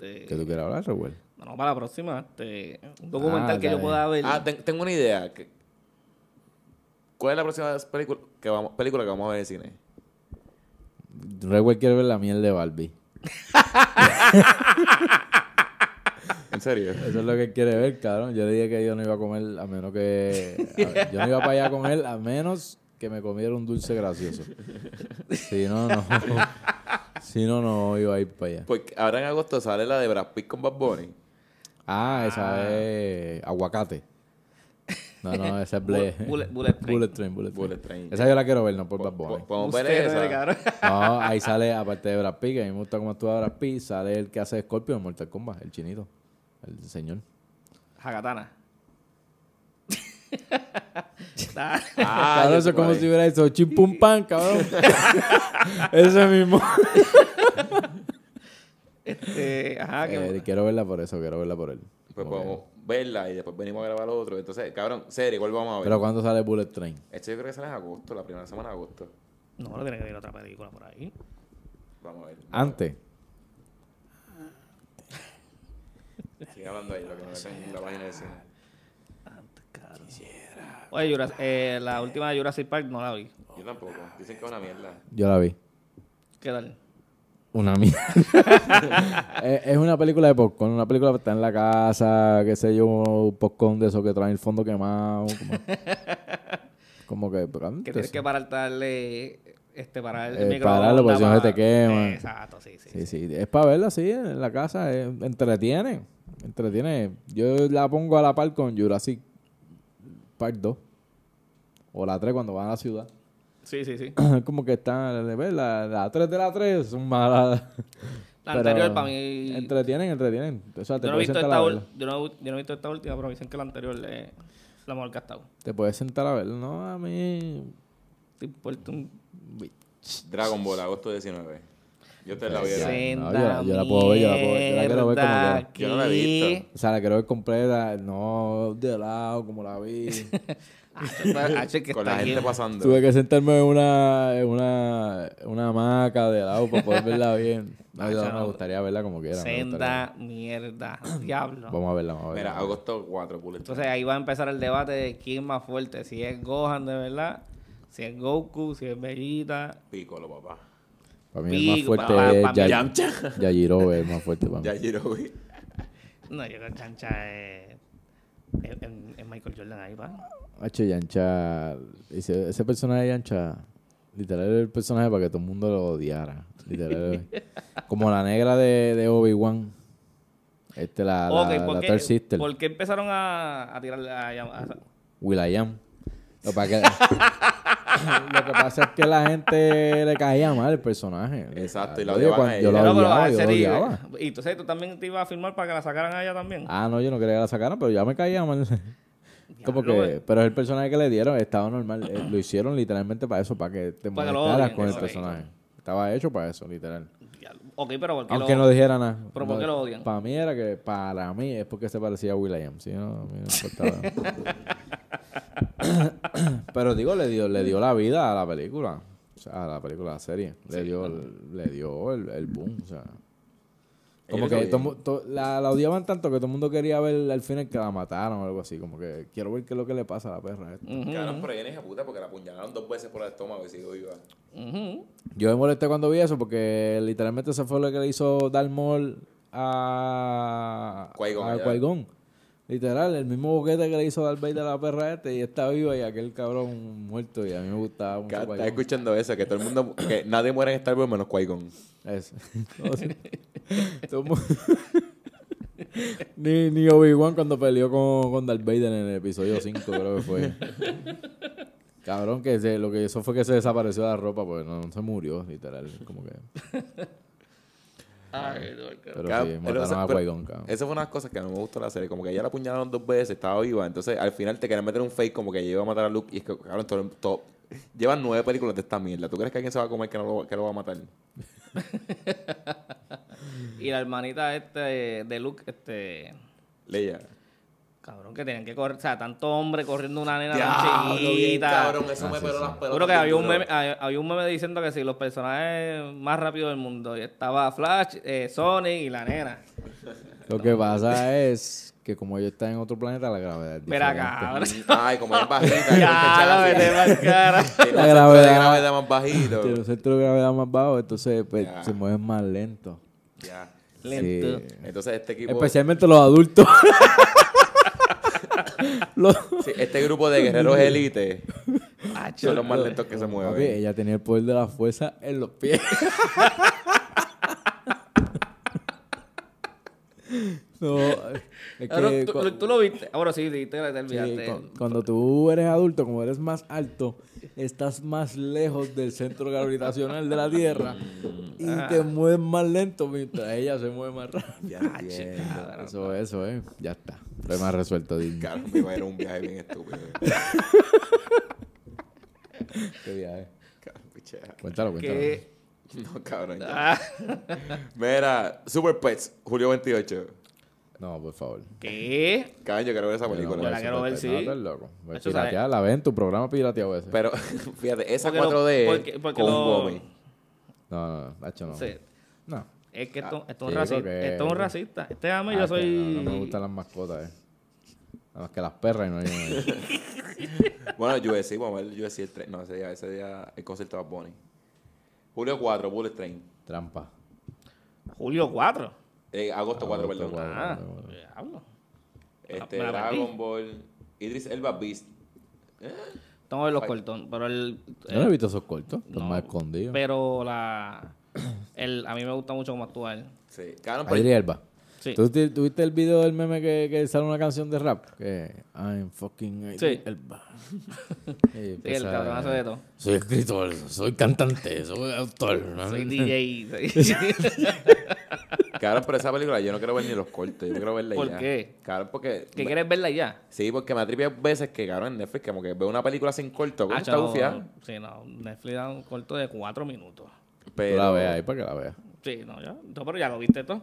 Speaker 1: ¿Qué
Speaker 3: Este,
Speaker 1: tú quieres hablar, Revuel?
Speaker 3: no, no, para la próxima. este, un documental
Speaker 1: Ah,
Speaker 3: que yo
Speaker 1: dale.
Speaker 3: pueda ver.
Speaker 2: Ah, ten- tengo una idea. que- ¿Cuál es la próxima película que vamos, película que vamos a ver en el cine?
Speaker 1: Revuel quiere ver la miel de Barbie.
Speaker 2: ¿En serio?
Speaker 1: Eso es lo que quiere ver, cabrón. Yo le dije que yo no iba a comer a menos que... a- yo no iba para allá a comer a menos que me comiera un dulce gracioso. Si no, no. Si no, no iba a ir para allá.
Speaker 2: Porque ahora en agosto sale la de Brad Pitt con Bad Bunny.
Speaker 1: Ah, esa es aguacate. No, no, esa es Blaze.
Speaker 3: Bu- Bullet- Bullet Train.
Speaker 1: Bullet Train. Bullet Train.
Speaker 2: Bullet Train.
Speaker 1: Esa yo la quiero ver, no por Bad Bunny.
Speaker 2: Po- Podemos ver
Speaker 3: Ustedes,
Speaker 2: esa.
Speaker 3: cabrón.
Speaker 1: No, ahí sale, aparte de Brad Pitt, que a mí me gusta cómo actúa Brad Pitt, sale el que hace Scorpion en Mortal Kombat, el chinito, el señor.
Speaker 3: Hakatana. Nah,
Speaker 2: Ah,
Speaker 1: cabrón,
Speaker 2: yo
Speaker 1: eso
Speaker 2: sé
Speaker 1: es como
Speaker 2: cuál es.
Speaker 1: si hubiera hecho chim pum pan, cabrón. Ese mismo.
Speaker 3: este, ajá, que-
Speaker 1: Eh, quiero verla por eso, quiero verla por él.
Speaker 2: Pues
Speaker 1: Ok.
Speaker 2: podemos verla y después venimos a grabar otro. Entonces, cabrón, serie, ¿cuál vamos a ver?
Speaker 1: Pero ¿cuándo sale Bullet Train?
Speaker 2: Esto yo creo que sale en agosto, la primera semana de agosto.
Speaker 3: No, no tiene que ver otra película por ahí.
Speaker 2: Vamos a ver.
Speaker 1: Antes.
Speaker 2: Sigue hablando ahí, lo que no está en la página de cine.
Speaker 3: Oye, Jurass- eh, la última de Jurassic Park no la vi.
Speaker 2: Yo tampoco. Dicen que es una mierda.
Speaker 1: Yo la vi.
Speaker 3: ¿Qué tal?
Speaker 1: Una mierda. es, es una película de popcorn, una película que está en la casa, qué sé yo, un popcorn de esos que traen el fondo quemado. Como, como que... pero
Speaker 3: Que
Speaker 1: antes-
Speaker 3: tienes que pararte darle este, parar el
Speaker 1: Eh,
Speaker 3: micrófono.
Speaker 1: pararlo, porque si no se te
Speaker 3: para-
Speaker 1: quema.
Speaker 3: Exacto, sí, sí.
Speaker 1: Sí, sí, es para verla así en la casa, eh, entretiene, entretiene. Yo la pongo a la par con Jurassic Park 2 o la 3 cuando van a la ciudad.
Speaker 3: Sí, sí, sí.
Speaker 1: Como que están, ¿ves? la, la 3 de la 3 son malas.
Speaker 3: La
Speaker 1: Pero
Speaker 3: anterior para mí.
Speaker 1: Entretienen, entretienen. O sea, te
Speaker 3: yo, no he
Speaker 1: puedes
Speaker 3: visto
Speaker 1: sentar
Speaker 3: esta
Speaker 1: a
Speaker 3: ul-
Speaker 1: verla.
Speaker 3: yo, no, yo no he visto esta última, pero me dicen que la anterior es la mejor que ha estado.
Speaker 1: Te puedes sentar a verlo. No, a mí.
Speaker 3: Te importa un.
Speaker 2: Dragon Ball, agosto 19. Yo te la voy a
Speaker 1: Sí.
Speaker 2: dar.
Speaker 1: no, yo la- yo la puedo ver, yo la puedo ver, yo la quiero ver como quiera.
Speaker 3: mierda
Speaker 2: Yo no la he visto.
Speaker 1: O sea, la quiero ver completa. No de lado, como la vi.
Speaker 3: aquí. H, que
Speaker 2: Con
Speaker 3: está
Speaker 2: la
Speaker 3: aquí.
Speaker 2: gente pasando.
Speaker 1: Tuve que sentarme en una, en una, en una hamaca de lado para poder verla bien. No, yo
Speaker 3: Macho,
Speaker 1: me gustaría verla como quiera. me gustaría.
Speaker 3: Senda mierda. Diablo.
Speaker 1: Vamos a verla, vamos a verla.
Speaker 2: Mira, agosto 4, Bullet Train.
Speaker 3: Entonces ahí va a empezar el debate de quién es más fuerte, si es Gohan de verdad, si es Goku, si es Vegeta.
Speaker 2: Piccolo, papá.
Speaker 1: para mí el más
Speaker 3: Big,
Speaker 1: fuerte
Speaker 3: pa- pa-
Speaker 1: es
Speaker 3: pa-
Speaker 1: Yay- Yayiro, es el más fuerte para mí.
Speaker 2: Ya giro, güey.
Speaker 3: No, yo creo que Chancha es, es- es- es Michael Jordan ahí, pa.
Speaker 1: Hacho, Yancha. Ese, ese personaje de Yancha, literal, era el personaje para que todo el mundo lo odiara. Literal. Como la negra de, de Obi-Wan. Este, la, la,
Speaker 3: Ok,
Speaker 1: la Third Sister.
Speaker 3: por qué empezaron a, a tirarle a, a- a-
Speaker 1: Will.i.am. Lo, pa- que- lo que pasa es que la gente le caía mal el personaje.
Speaker 2: Exacto, y eh.
Speaker 1: Yo
Speaker 2: la
Speaker 1: digo,
Speaker 2: odiaban
Speaker 1: cuando-
Speaker 2: a
Speaker 1: Yo
Speaker 2: ella.
Speaker 1: la
Speaker 3: No, pero
Speaker 1: odiaba,
Speaker 3: en
Speaker 1: yo la
Speaker 3: serio,
Speaker 1: odiaba.
Speaker 3: Y entonces tú también te ibas a firmar para que la sacaran a ella también.
Speaker 1: Ah, no, yo no quería que la sacaran, pero ya me caía mal. Como
Speaker 3: Diablo,
Speaker 1: que,
Speaker 3: eh.
Speaker 1: pero el personaje que le dieron estaba normal. eh, lo hicieron literalmente para eso, para que te
Speaker 3: Para que lo
Speaker 1: molestaras
Speaker 3: odien,
Speaker 1: con el
Speaker 3: ok.
Speaker 1: personaje. Estaba hecho para eso, literal.
Speaker 3: Diablo. Ok, pero porque
Speaker 1: Aunque
Speaker 3: lo...
Speaker 1: no dijera nada.
Speaker 3: ¿Pero por qué lo odian?
Speaker 1: Para mí era que, para mí, es porque se parecía a Will.i.am. Si no, a mí no me importaba. Pero digo, le dio, le dio la vida a la película. O sea, a la película, a la serie. Le dio, el, le dio el, el boom, o sea. Como
Speaker 2: Yo creo
Speaker 1: que
Speaker 2: que-
Speaker 1: todo mu- to- la, la odiaban tanto que todo el mundo quería ver al final que la mataron o algo así. Como que quiero ver qué es lo que le pasa a la perra esta.
Speaker 3: Ujú,
Speaker 2: Cabrón, pero ella ni hija puta porque la apuñalaron dos veces por el estómago y sigo viva.
Speaker 3: ujú.
Speaker 1: Yo me molesté cuando vi eso porque literalmente eso fue lo que le hizo Dalmor a
Speaker 2: Qui-Gon,
Speaker 1: a
Speaker 2: ya.
Speaker 1: Qui-Gon. Literal, el mismo boquete que le hizo Darth Vader a la perra este y está viva y aquel cabrón muerto y a mí me gustaba mucho
Speaker 2: Estás
Speaker 1: Qui-Gon.
Speaker 2: escuchando eso, que todo el mundo, que nadie muere en Star Wars menos Qui-Gon.
Speaker 1: Eso. Todo el mu- ni, ni Obi-Wan cuando peleó con, con Darth Vader en el episodio 5 creo que fue. Cabrón, que se- lo que hizo fue que se desapareció de la ropa, pues no, no se murió, literal. Como que...
Speaker 3: Ay, Dios,
Speaker 1: Pero
Speaker 2: Cab-
Speaker 1: sí,
Speaker 2: pero
Speaker 1: mataron
Speaker 2: eso-
Speaker 1: a
Speaker 2: pero-
Speaker 1: Qui-Gon, cabrón.
Speaker 2: Esa fue una de las cosas que no me gustó de la serie, como que ella la apuñalaron dos veces, estaba viva, entonces al final te querían meter un fake como que ella iba a matar a Luke y es que, cabrón, todo, todo- llevan nueve películas de esta mierda. ¿Tú crees que alguien se va a comer que, no lo, que lo va a matar?
Speaker 3: Y la hermanita este de Luke, este.
Speaker 2: Leia.
Speaker 3: Cabrón, que tenían que correr. O sea, tanto hombre corriendo una nena
Speaker 2: Diablo,
Speaker 3: tan
Speaker 2: bien,
Speaker 3: chiquita.
Speaker 2: cabrón, eso
Speaker 1: Ah,
Speaker 2: me
Speaker 1: sí,
Speaker 2: peló
Speaker 1: sí.
Speaker 2: las pelotas.
Speaker 3: Juro que
Speaker 2: bien
Speaker 3: había un,
Speaker 2: duro.
Speaker 3: meme, hay- había un meme diciendo que si los personajes más rápidos del mundo. y estaba Flash, eh, Sonic y la nena.
Speaker 1: Lo que pasa es que como ellos están en otro planeta, la gravedad es diferente.
Speaker 3: Mira, cabrón.
Speaker 2: Ay, como es bajita. tiene que
Speaker 3: Ya,
Speaker 2: echar
Speaker 3: lo
Speaker 2: así.
Speaker 3: vete pa'l cara.
Speaker 2: Tiene
Speaker 1: La
Speaker 2: un centro de
Speaker 1: gravedad.
Speaker 2: gravedad más bajito.
Speaker 1: Tiene un centro de gravedad más bajo, entonces pues,
Speaker 2: Ya.
Speaker 1: se mueven más lento.
Speaker 2: Ya.
Speaker 3: Lento.
Speaker 1: Sí.
Speaker 2: Entonces este equipo...
Speaker 1: Especialmente los adultos. los...
Speaker 2: Sí, este grupo de guerreros élite
Speaker 3: Acho,
Speaker 2: son los más lentos que se
Speaker 1: Papi,
Speaker 2: mueven.
Speaker 1: ella tenía el poder de la fuerza en los pies. no, es
Speaker 3: Cabrón,
Speaker 1: que
Speaker 3: ¿tú,
Speaker 1: cu-
Speaker 3: tú lo viste. Ahora sí, sí, te, te
Speaker 1: Sí,
Speaker 3: olvidaste.
Speaker 1: cu- cuando tú eres adulto, como eres más alto, estás más lejos del centro gravitacional de la Tierra y
Speaker 3: Ah.
Speaker 1: te mueves más lento mientras ella se mueve más rápido.
Speaker 2: Ya
Speaker 3: Ah,
Speaker 2: entiendo.
Speaker 3: chica,
Speaker 1: Eso, eso, eh. Ya está. Problema resuelto, Disney.
Speaker 2: Cabrón, me iba a ir a un viaje bien estúpido.
Speaker 1: Qué viaje.
Speaker 2: Cabrón, pichea.
Speaker 1: Cuéntalo, cuéntalo.
Speaker 3: Que-
Speaker 2: No, cabrón. ya.
Speaker 3: ah,
Speaker 2: Mira, Super Pets, julio 28.
Speaker 1: No, por favor.
Speaker 3: ¿Qué?
Speaker 2: Cabrón, yo quiero ver esa
Speaker 1: Yo no
Speaker 2: película.
Speaker 1: voy a
Speaker 3: la quiero
Speaker 1: soportar.
Speaker 3: ver, sí.
Speaker 1: No, estás loco. Voy a
Speaker 3: Eso sabe.
Speaker 1: piratear, la ven, tu programa pirateado ese.
Speaker 2: Pero, fíjate, esa
Speaker 3: Porque lo-
Speaker 2: 4D
Speaker 3: porque- porque
Speaker 2: con
Speaker 3: lo-
Speaker 2: un gomi.
Speaker 1: No, no, no, Nacho, no.
Speaker 3: Sí.
Speaker 1: No.
Speaker 3: Es que esto, esto es
Speaker 1: Ah, sí,
Speaker 3: un racista.
Speaker 1: porque-
Speaker 3: Esto es un racista. Este ama y
Speaker 1: Ah,
Speaker 3: yo
Speaker 1: que
Speaker 3: soy.
Speaker 1: No, no me gustan las mascotas, eh. Nada más que las perras y no hay una.
Speaker 2: Bueno, USC, vamos a ver USC el 3. No, ese día, ese día el concierto de Bad Bunny. Julio 4, Bullet Train.
Speaker 1: Trampa.
Speaker 3: Julio 4.
Speaker 2: Eh, agosto 4,
Speaker 1: Agosto
Speaker 2: perdón.
Speaker 1: cuatro.
Speaker 3: Ah,
Speaker 1: bueno, bueno.
Speaker 3: diablo.
Speaker 2: Este,
Speaker 3: Me la perdí.
Speaker 2: Dragon Ball. Idris Elba Beast.
Speaker 3: Tengo que ver los
Speaker 2: Ay.
Speaker 3: cortones, pero el.
Speaker 1: Yo no he visto esos cortos. Los
Speaker 3: Eh. no,
Speaker 1: más escondidos.
Speaker 3: Pero la. El, a mí me gusta mucho cómo actuar.
Speaker 2: Sí. Cabrón, pero-
Speaker 1: Adri Elba.
Speaker 3: Ah, pues. Sí.
Speaker 1: ¿Tú te- tuviste el video del meme que, que sale una canción de rap? Que I'm fucking Adri
Speaker 3: Sí.
Speaker 1: Elba.
Speaker 3: Sí, el cabrón hace de todo.
Speaker 1: eh. Soy escritor, soy cantante, soy autor. ¿no?
Speaker 3: Soy DJ. soy-
Speaker 2: Cabrón, pero esa película yo no quiero ver ni los cortes, yo quiero verla y
Speaker 3: ¿Por
Speaker 2: ya.
Speaker 3: qué?
Speaker 2: Cabrón, porque...
Speaker 3: ¿Que quieres verla y ya?
Speaker 2: Sí, porque me atribía veces que, cabrón, en Netflix, como que veo una película sin corto, como
Speaker 3: Ah,
Speaker 2: está
Speaker 3: chavo,
Speaker 2: bufiada.
Speaker 3: Sí, no. Netflix da un corto de 4 minutos.
Speaker 1: Tú
Speaker 2: Pero...
Speaker 1: la veas ahí para que la veas.
Speaker 3: Sí, no, ya. No, pero ya lo viste todo.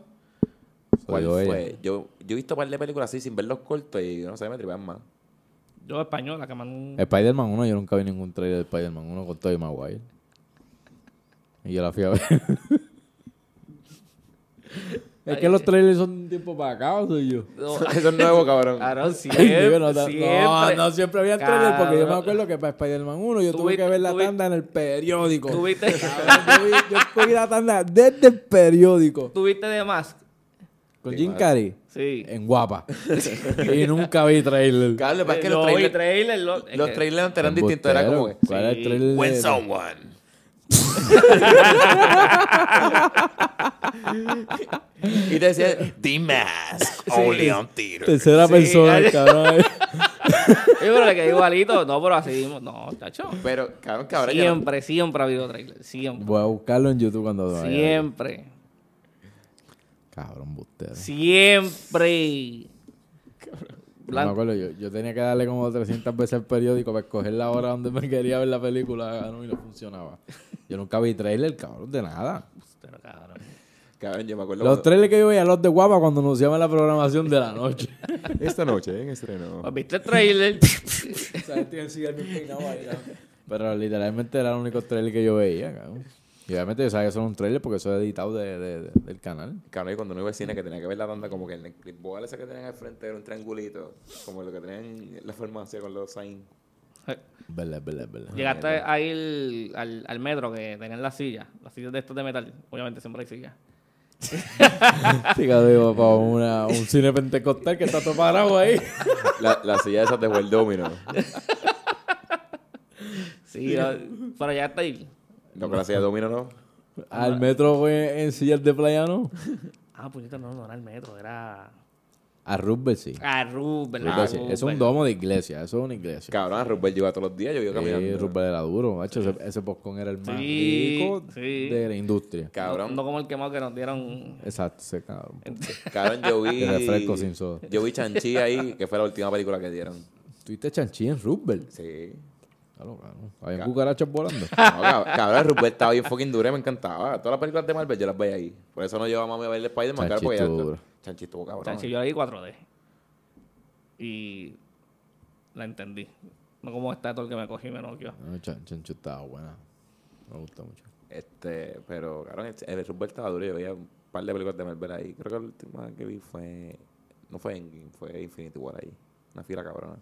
Speaker 2: ¿Cuál
Speaker 1: Soy yo
Speaker 2: fue?
Speaker 1: ella.
Speaker 2: Yo, yo he visto un par de películas así sin ver los cortos y, no sé, me atriban más.
Speaker 3: Yo española que man...
Speaker 2: Eh,
Speaker 1: Spider-Man 1, yo nunca vi ningún trailer de Spider-Man 1 con Tobey Maguire. Y yo la fui a ver. es que los trailers son de un tiempo para acá, ¿o soy yo.
Speaker 3: No,
Speaker 2: Eso es nuevo, cabrón.
Speaker 3: Cabrón,
Speaker 1: Digo,
Speaker 3: siempre,
Speaker 1: no, no,
Speaker 3: siempre.
Speaker 1: no, siempre había trailers porque yo me
Speaker 3: Cabrón.
Speaker 1: acuerdo que para Spider-Man 1 yo
Speaker 3: Tú
Speaker 1: tuve
Speaker 3: viste-
Speaker 1: que ver la
Speaker 3: tú viste-
Speaker 1: tanda en el periódico.
Speaker 3: ¿Tú viste,
Speaker 1: Cabrón, yo, vi, yo cogí la tanda desde el periódico
Speaker 3: tú viste de Mask?
Speaker 1: con Jim Carrey
Speaker 3: Sí. Eh,
Speaker 1: en guapa. y nunca vi trailer.
Speaker 2: Cabrón, lo Eh, que pasa es que
Speaker 3: Lo
Speaker 2: los
Speaker 3: vi,
Speaker 2: trailers...
Speaker 3: trailer, lo- Eh, es
Speaker 2: Los
Speaker 3: que-
Speaker 2: trailers antes eran distintos, era como que...
Speaker 1: ¿Cuál era el
Speaker 3: Sí.
Speaker 1: trailer? de-
Speaker 2: When someone... y te decía, The Mask,
Speaker 3: Oh,
Speaker 2: only on theater.
Speaker 1: Tercera
Speaker 3: Sí,
Speaker 1: persona,
Speaker 3: ay-
Speaker 1: cabrón.
Speaker 3: Yo creo que quedé igualito. No, pero así mismo. No, chacho.
Speaker 2: Pero, cabrón, que ahora ya no-
Speaker 3: Siempre, siempre ha habido trailer. Siempre.
Speaker 1: Voy a buscarlo en YouTube cuando vaya.
Speaker 3: Siempre.
Speaker 1: Cabrón, bustero.
Speaker 3: Siempre.
Speaker 1: No me
Speaker 3: blanco.
Speaker 1: acuerdo, yo, yo tenía que darle como 300 veces el periódico para escoger la hora donde me quería ver la película cabrón, y no funcionaba. Yo nunca vi trailer, cabrón, de nada.
Speaker 3: Pero cabrón.
Speaker 2: Cabrón, yo me acuerdo.
Speaker 1: Los trailers que yo veía, los de guapa, cuando anunciaban la programación de la noche.
Speaker 2: cuando- Esta noche, en estreno.
Speaker 3: Pues viste el trailer.
Speaker 1: Pero literalmente era el único trailer que yo veía, cabrón. Y obviamente yo sabía que eso era un trailer porque eso es editado de- de- de- del canal.
Speaker 2: Cabrón, y cuando no iba al cine, que tenía que ver la tanda como que en el clipboard ese que tenían al frente era un triangulito, como lo que tenían en la farmacia con los signs.
Speaker 1: Verdad, verdad, verdad.
Speaker 3: Llegaste ahí el- al, al metro que tenían las sillas. Las sillas de estos de metal. Obviamente siempre hay sillas.
Speaker 1: Sí, que digo, para una- un cine pentecostal que está todo parado ahí.
Speaker 2: La, la silla esa te fue el domino.
Speaker 3: Sí, yo- pero ya está ahí.
Speaker 2: No, con la silla de domino no.
Speaker 1: Al metro fue en sillas de playa, ¿no?
Speaker 3: Ah, puñeta, no, no era el metro, era.
Speaker 1: A Rubber sí.
Speaker 3: Ah, Rubel.
Speaker 1: Rubber sí. Es
Speaker 3: pues.
Speaker 1: un domo de iglesia, eso es una iglesia.
Speaker 2: Cabrón, a Rupert yo iba todos los días, yo iba
Speaker 1: Sí,
Speaker 2: caminando.
Speaker 1: Rubber era duro, macho. Ese, ese poscón era el más
Speaker 3: Sí,
Speaker 1: rico
Speaker 3: sí.
Speaker 1: de la industria.
Speaker 3: No,
Speaker 2: Cabrón,
Speaker 3: no como el quemado que nos dieron.
Speaker 1: Exacto, se cabrón.
Speaker 2: cabrón, yo vi.
Speaker 1: De refresco sin soda.
Speaker 2: Yo vi Chanchi ahí, que fue la última película que dieron.
Speaker 1: Tuviste chanchí en Rubber.
Speaker 2: Sí.
Speaker 1: Claro, claro. Habían cucarachas volando.
Speaker 2: No, cab- cabrón, Rupert estaba bien fucking dura, me encantaba. Todas las películas de Marvel yo las veía ahí. Por eso no llevaba a mami a ver Spider-Man, claro,
Speaker 1: Chanchi
Speaker 2: porque ya.
Speaker 1: estuvo dura.
Speaker 2: Chanchi estuvo cabrón.
Speaker 3: Chacho, yo la vi 4D. Y. La entendí. No como está todo el que me cogí y me noqueó.
Speaker 1: No, Ah, chan- Chancho estaba buena. Me gusta mucho.
Speaker 2: Este, pero, cabrón, el- el Rupert estaba duro. Yo veía un par de películas de Marvel ahí. Creo que la última que vi fue. No fue Endgame, fue Infinity War ahí. Una fila cabrona.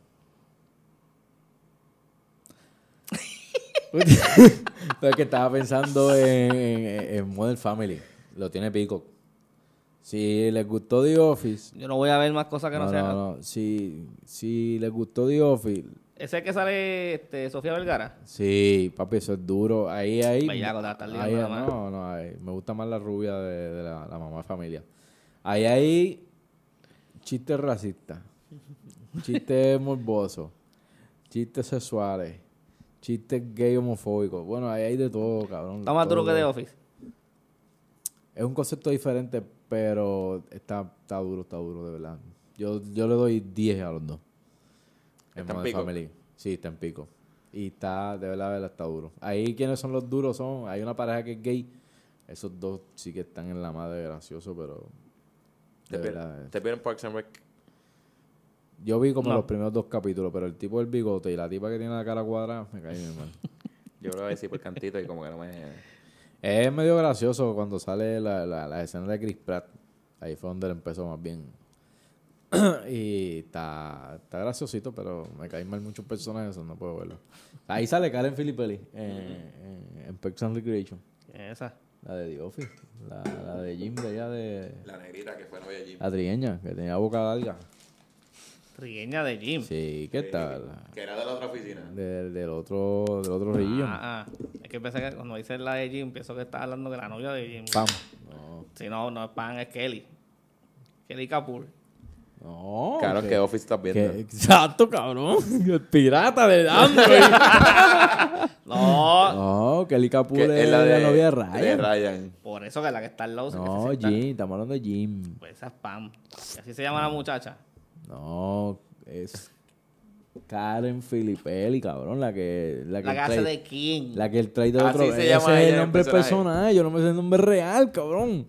Speaker 1: Entonces que estaba pensando en, en, en Modern Family. Lo tiene Pico. Si les gustó The Office.
Speaker 3: Yo no voy a ver más cosas que no,
Speaker 1: No,
Speaker 3: sean.
Speaker 1: no, no. Si, si les gustó The Office.
Speaker 3: Ese que sale este, Sofía Vergara.
Speaker 1: Mm, Sí, papi, eso es duro. Ahí, ahí.
Speaker 3: Bellaco, te Pues la estás liando
Speaker 1: ahí
Speaker 3: nada más.
Speaker 1: no, no, ahí. Me gusta más la rubia de, de la, la mamá de familia. Ahí, ahí. Chistes racistas. Chistes morbosos. Chistes sexuales. Chistes gay homofóbicos. Bueno, ahí hay de todo, cabrón.
Speaker 3: Está más duro que
Speaker 1: todo.
Speaker 3: The Office.
Speaker 1: Es un concepto diferente, pero está, está duro, está duro, de verdad. Yo, yo le doy 10 a los dos. En
Speaker 2: Está en
Speaker 1: Modern
Speaker 2: pico.
Speaker 1: Family. Sí, está en pico. Y está, de verdad, de verdad, está duro. Ahí quienes son los duros son, hay una pareja que es gay. Esos dos sí que están en la madre gracioso, pero de
Speaker 2: ¿Te
Speaker 1: verdad.
Speaker 2: vieron,
Speaker 1: eh.
Speaker 2: te vieron Parks and Rec?
Speaker 1: Yo vi como
Speaker 3: No.
Speaker 1: los primeros dos capítulos, pero el tipo del bigote y la tipa que tiene la cara cuadrada, me caí mi hermano.
Speaker 2: Yo creo que sí, por cantito y como que no me.
Speaker 1: Es medio gracioso cuando sale la, la, la escena de Chris Pratt. Ahí fue donde él empezó más bien. y está, está graciosito, pero me caen mal muchos personajes, eso no puedo verlo. Ahí sale Karen Filippelli eh, en, en Parks and Recreation.
Speaker 3: Esa.
Speaker 1: La de The Office. La, la de Jim de allá de...
Speaker 2: La negrita que fue novia allí.
Speaker 1: La trieña, que tenía boca larga.
Speaker 3: Trigueña de Jim.
Speaker 1: Sí, ¿qué tal?
Speaker 2: Eh, Que era de la otra oficina.
Speaker 1: Del- del otro, del otro rillo.
Speaker 3: Ah, ah. Es que pensé que cuando dices la de Jim, pienso que estás hablando de la novia de Jim.
Speaker 1: Pam. No,
Speaker 3: Si no, no es Pan, es Kelly. Kelly Kapoor.
Speaker 1: no.
Speaker 2: Oh, Cabrón,
Speaker 1: que-
Speaker 2: que Office estás
Speaker 1: que-
Speaker 2: viendo.
Speaker 1: exacto, cabrón. El pirata de Android.
Speaker 3: No,
Speaker 1: No, Kelly Kapoor
Speaker 2: Que
Speaker 1: es, la, novia de Ryan.
Speaker 2: de Ryan.
Speaker 3: por eso que la que está al lado. se- que
Speaker 1: No,
Speaker 3: se sienta-
Speaker 1: Jim, estamos hablando de Jim.
Speaker 3: Pues esa es Pam. Y así se llama la muchacha.
Speaker 1: No, es Karen Filippelli, cabrón, la que... La que,
Speaker 3: La
Speaker 1: el
Speaker 3: que hace
Speaker 1: trai-
Speaker 3: de King.
Speaker 1: la que el traidor de
Speaker 2: Así
Speaker 1: otro...
Speaker 2: se
Speaker 1: Ese
Speaker 2: llama
Speaker 1: es el
Speaker 2: ella en
Speaker 1: nombre
Speaker 2: el personaje.
Speaker 1: personal, yo no me sé el nombre real, cabrón.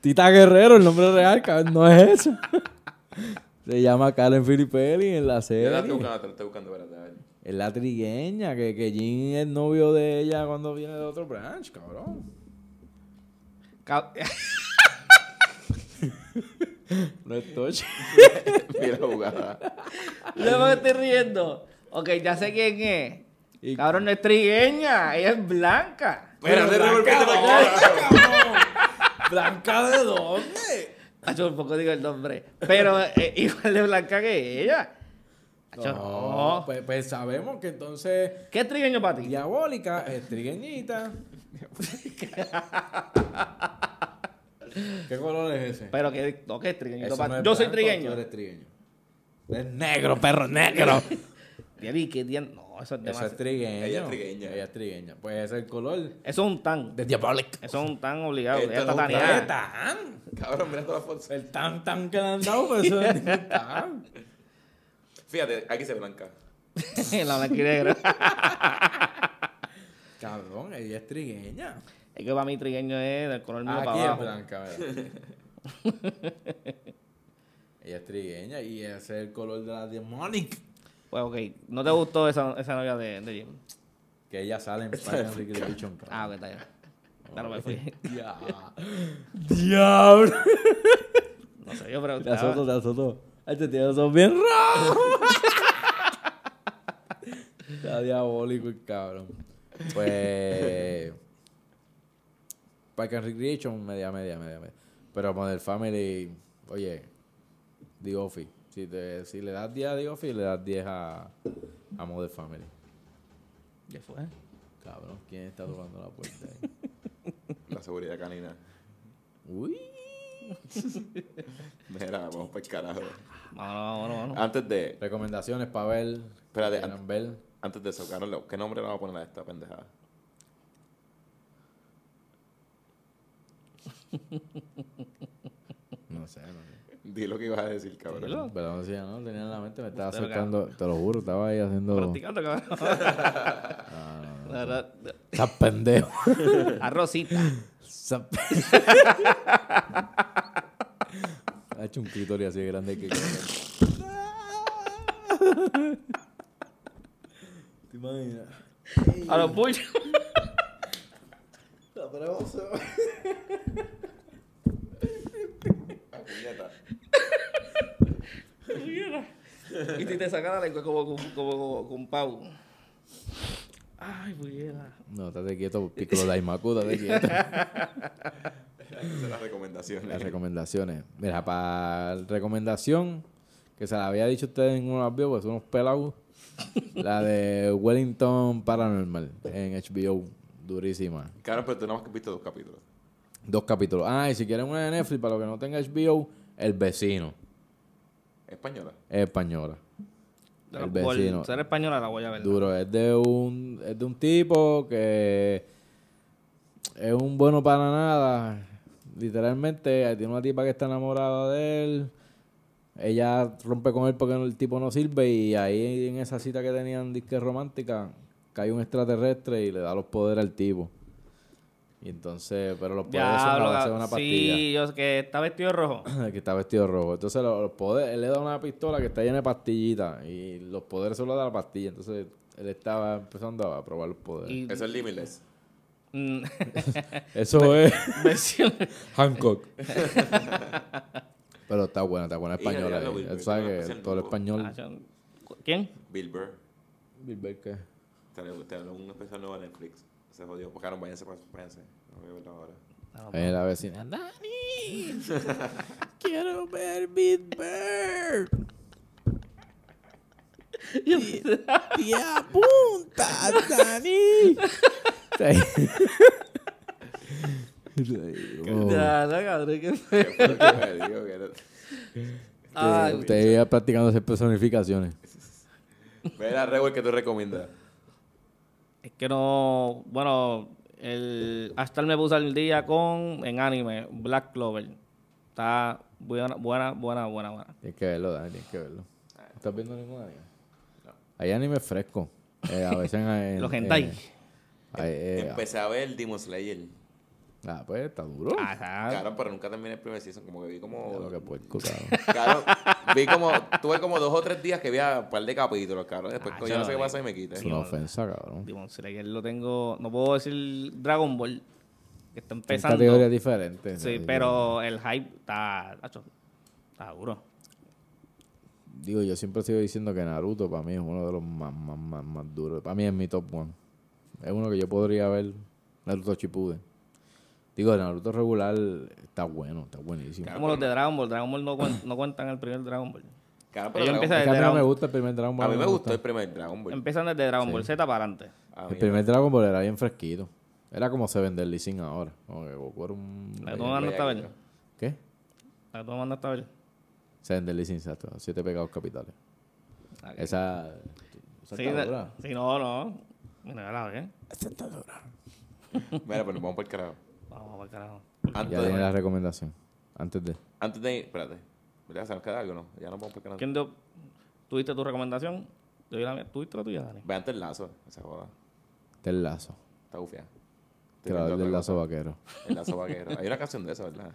Speaker 1: Tita Guerrero, el nombre real, cabrón, no es eso. Se llama Karen Filippelli en la
Speaker 2: Yo la estoy
Speaker 1: serie.
Speaker 2: buscando, te la estoy buscando, espérate. a ver.
Speaker 1: Es la trigueña, que, que Jim es novio de ella cuando viene de otro branch, cabrón.
Speaker 3: Ca-
Speaker 1: No estoy...
Speaker 2: Mira la jugada.
Speaker 3: Yo me estoy riendo. Ok, ya sé quién es.
Speaker 1: Y-
Speaker 3: Cabrón, no es trigueña, ella es blanca.
Speaker 2: Mira, te revolviste la
Speaker 1: ¿Blanca de dónde?
Speaker 3: Ah, yo un poco digo el nombre. Pero eh, igual de blanca que ella. Ah,
Speaker 1: No,
Speaker 3: yo, no.
Speaker 1: Pues, pues sabemos que entonces
Speaker 3: ¿Qué es trigueño para ti?
Speaker 1: diabólica es trigueñita. ¿Qué color es ese?
Speaker 3: Pero que no, que es trigueñito
Speaker 1: Eso
Speaker 3: para
Speaker 1: no
Speaker 3: ti.
Speaker 1: es
Speaker 3: Yo soy
Speaker 1: blanco,
Speaker 3: trigueño.
Speaker 1: tú eres trigueño. Es negro, perro, negro.
Speaker 3: Diabí, ¿qué día? No, eso es
Speaker 1: Eso es
Speaker 3: demasiado.
Speaker 1: trigueño.
Speaker 2: Ella es trigueña.
Speaker 1: Ella es trigueña. Pues ese es el color
Speaker 3: Eso es un tan.
Speaker 1: de diabólica.
Speaker 3: Eso es un tan obligado.
Speaker 2: Esto
Speaker 3: Ella
Speaker 2: no es
Speaker 3: está
Speaker 2: un
Speaker 3: taneada.
Speaker 1: ¿Qué tan?
Speaker 2: Cabrón, mira toda la foto.
Speaker 1: pues El tan tan que le han dado, pero eso es ningún tan.
Speaker 2: Fíjate, aquí se blanca.
Speaker 3: la blanca y negra.
Speaker 1: Cabrón, ella es trigueña.
Speaker 3: Es que para mí trigueño es del color mío
Speaker 1: Ah, Aquí
Speaker 3: para
Speaker 1: es
Speaker 3: abajo.
Speaker 1: blanca, ¿verdad? ella es trigueña y ese es el color de la demonic.
Speaker 3: Pues ok, ¿no te gustó esa, esa novia de, de Jim?
Speaker 1: Que ella sale en Final Ricky Division.
Speaker 3: Ah, ok, está bien. Claro, pues, me
Speaker 1: pues,
Speaker 3: fui.
Speaker 1: Diablo.
Speaker 3: No sé yo, ah, pero...
Speaker 1: Te azoto, te azoto. Este tío son bien rojos. Está diabólico el cabrón. Pues. Park and Recreation, media, media, media, media. Pero Model Family, oye, The Office. Si, te- si le das 10 a The Office, le das 10 a, a Model Family.
Speaker 3: ¿Qué fue?
Speaker 1: Cabrón, ¿quién está tocando la puerta ahí?
Speaker 2: La seguridad canina.
Speaker 1: Uy.
Speaker 2: Mira, vamos para el carajo.
Speaker 3: Vámonos, vámonos,
Speaker 1: Ah,
Speaker 3: vámonos.
Speaker 2: Antes de,
Speaker 1: Recomendaciones para ver.
Speaker 2: Espérate,
Speaker 1: que quieran ver.
Speaker 2: antes de eso, Carol, ¿qué nombre le vamos a poner a esta pendejada?
Speaker 1: No sé, no sé.
Speaker 2: Di lo que ibas a decir, cabrón.
Speaker 3: Dilo.
Speaker 1: Pero no sé, no lo tenía en la mente, me estaba
Speaker 3: Pues, Usted lo
Speaker 1: acercando. Te lo juro, estaba ahí haciendo.
Speaker 3: Practicando, cabrón. La verdad,
Speaker 1: Estás pendejo.
Speaker 3: Arrocita.
Speaker 1: Estás Ha hecho un clítoris así de grande que. ¿Te imaginas?
Speaker 3: A los puchos.
Speaker 2: Puñeta.
Speaker 3: Y si te sacan la lengua como con como, como, con pavo. Ay, puñera.
Speaker 1: No, estate quieto, Piccolo Daimaku, estate quieto.
Speaker 2: Hay que hacer las
Speaker 1: Las
Speaker 2: recomendaciones.
Speaker 1: recomendaciones. Mira, para recomendación, que se la había dicho a ustedes en unos videos, porque son unos pelados. la de Wellington Paranormal en HBO. Durísima.
Speaker 2: Carol, pero tú nada más que visto dos capítulos.
Speaker 1: Dos capítulos. Ah, y si quieren una de Netflix, para los que no tengan HBO, El Vecino.
Speaker 2: Española.
Speaker 1: Es española. El
Speaker 3: Por
Speaker 1: vecino.
Speaker 3: ser española la voy a ver.
Speaker 1: Duro. Es de un, es de un tipo que es un bueno para nada. Literalmente, tiene una tipa que está enamorada de él. Ella rompe con él porque el tipo no sirve. Y ahí en esa cita que tenían disque romántica, cae un extraterrestre y le da los poderes al tipo. Y entonces, pero los poderes son a
Speaker 3: Diablo,
Speaker 1: base de
Speaker 3: cab-
Speaker 1: una pastilla.
Speaker 3: sí, yo que está vestido de rojo.
Speaker 1: El que está vestido de rojo. Entonces, lo- los poderes, él le da una pistola que está llena de pastillitas. Y los poderes solo da la pastilla. Entonces, él estaba empezando a probar los poderes.
Speaker 3: Y,
Speaker 2: Eso es Limitless.
Speaker 3: Mm,
Speaker 1: Eso es
Speaker 3: versión-
Speaker 1: Hancock. Pero está buena, está buena española.
Speaker 2: Híjole,
Speaker 1: ahí.
Speaker 2: ya lo vi,
Speaker 1: Tú sabes
Speaker 2: pero
Speaker 1: que
Speaker 2: no
Speaker 1: todo el
Speaker 2: pensé
Speaker 1: español.
Speaker 3: Ah, yo- ¿Quién?
Speaker 2: Bill Burr.
Speaker 1: Bilber, ¿qué?
Speaker 2: Te habló te habló un especial nuevo de Netflix. Se jodió. Pues, Carol, váyanse, váyanse. No voy a verlo ahora.
Speaker 1: Ahí la vecina. ¡Dani! ¡Quiero ver Bilber! ¡Y apunta, Dani!
Speaker 3: Ya, ya, cabrón, que-
Speaker 1: este,
Speaker 2: ¿Qué fue lo que me dijo? Que era-
Speaker 3: Ay,
Speaker 1: Usted iba practicando esas personificaciones.
Speaker 2: Mira, Rewell, que tú recomiendas?
Speaker 3: Es que no. Bueno, el, hasta él me puse al día con. En anime, Black Clover. Está buena, buena, buena, buena. buena.
Speaker 1: Tienes que verlo, Dani, tienes que verlo.
Speaker 3: Ah.
Speaker 1: ¿Estás viendo ningún anime? Hay anime fresco. Eh, a veces en, en-
Speaker 3: Los hentai.
Speaker 1: eh, hay, eh,
Speaker 2: Empecé a ver Demon Slayer.
Speaker 1: ah, pues está duro.
Speaker 3: Ah, está-
Speaker 2: Claro, pero nunca terminé el primer season. Como que vi
Speaker 1: Lo
Speaker 2: como.
Speaker 1: que puerco, cabrón.
Speaker 2: Claro, vi como. Tuve como dos o tres días que vi a un par de capítulos, cabrón. Después,
Speaker 3: Ah,
Speaker 2: coño, no sé qué
Speaker 3: yo no
Speaker 2: pasa y me quité.
Speaker 1: Es una ofensa, cabrón.
Speaker 3: Demon Slayer lo tengo. No puedo decir Dragon Ball. Que está
Speaker 1: Son
Speaker 3: empezando.
Speaker 1: categorías diferentes.
Speaker 3: Sí,
Speaker 1: ¿no?
Speaker 3: pero el hype está. tacho, Está duro.
Speaker 1: Digo, yo siempre sigo diciendo que Naruto para mí es uno de los más, más, más, más duros. Para mí es mi top one. Es uno que yo podría ver. Naruto Shippuden. Digo, Naruto regular está bueno, está buenísimo.
Speaker 2: Claro,
Speaker 3: Como los de Dragon Ball. Dragon Ball no, cuen- no cuentan el primer Dragon Ball.
Speaker 2: Claro, pero
Speaker 3: Ellos
Speaker 2: Dragon-
Speaker 1: Es que a mí no
Speaker 3: Dragon-
Speaker 1: me gusta el primer Dragon Ball.
Speaker 2: a mí
Speaker 1: no
Speaker 2: me gustó el primer Dragon Ball.
Speaker 3: Empiezan desde Dragon Ball Z para adelante.
Speaker 2: A mí
Speaker 1: El primer Dragon Ball era bien fresquito. Era como se vende el Lee Sin ahora. Como que Goku era un...
Speaker 3: La que tú me mandaste a ver.
Speaker 1: ¿Qué?
Speaker 3: La que tú me mandaste a ver.
Speaker 1: Se vende el Lee Sin, exacto. Siete pecados capitales.
Speaker 3: Ah, que-
Speaker 1: Esa... Esa
Speaker 3: Sí,
Speaker 1: está
Speaker 3: de-
Speaker 1: dura.
Speaker 3: sí, no, no. Mira, la ¿eh?
Speaker 1: Esa está dura.
Speaker 2: no. Mira, pero vamos por el carajo.
Speaker 3: Vamos para el carajo.
Speaker 1: Ya
Speaker 2: Antes
Speaker 1: tiene
Speaker 2: de,
Speaker 1: la recomendación. Antes de...
Speaker 2: antes de ir, espérate. ¿Verdad? ¿Se nos queda algo no? Ya no vamos por el carajo.
Speaker 3: ¿Quién dio- ¿Tuviste tu recomendación? Yo di la mía. ¿Tuviste la tuya, Dani?
Speaker 2: Vean el lazo, esa joda.
Speaker 1: Del Lazo.
Speaker 2: Está bufia. Estoy
Speaker 1: Creador
Speaker 2: viendo
Speaker 1: del
Speaker 2: otra
Speaker 1: Lazo Vaquero.
Speaker 2: cosa. El lazo vaquero. Hay una canción de esa, ¿verdad?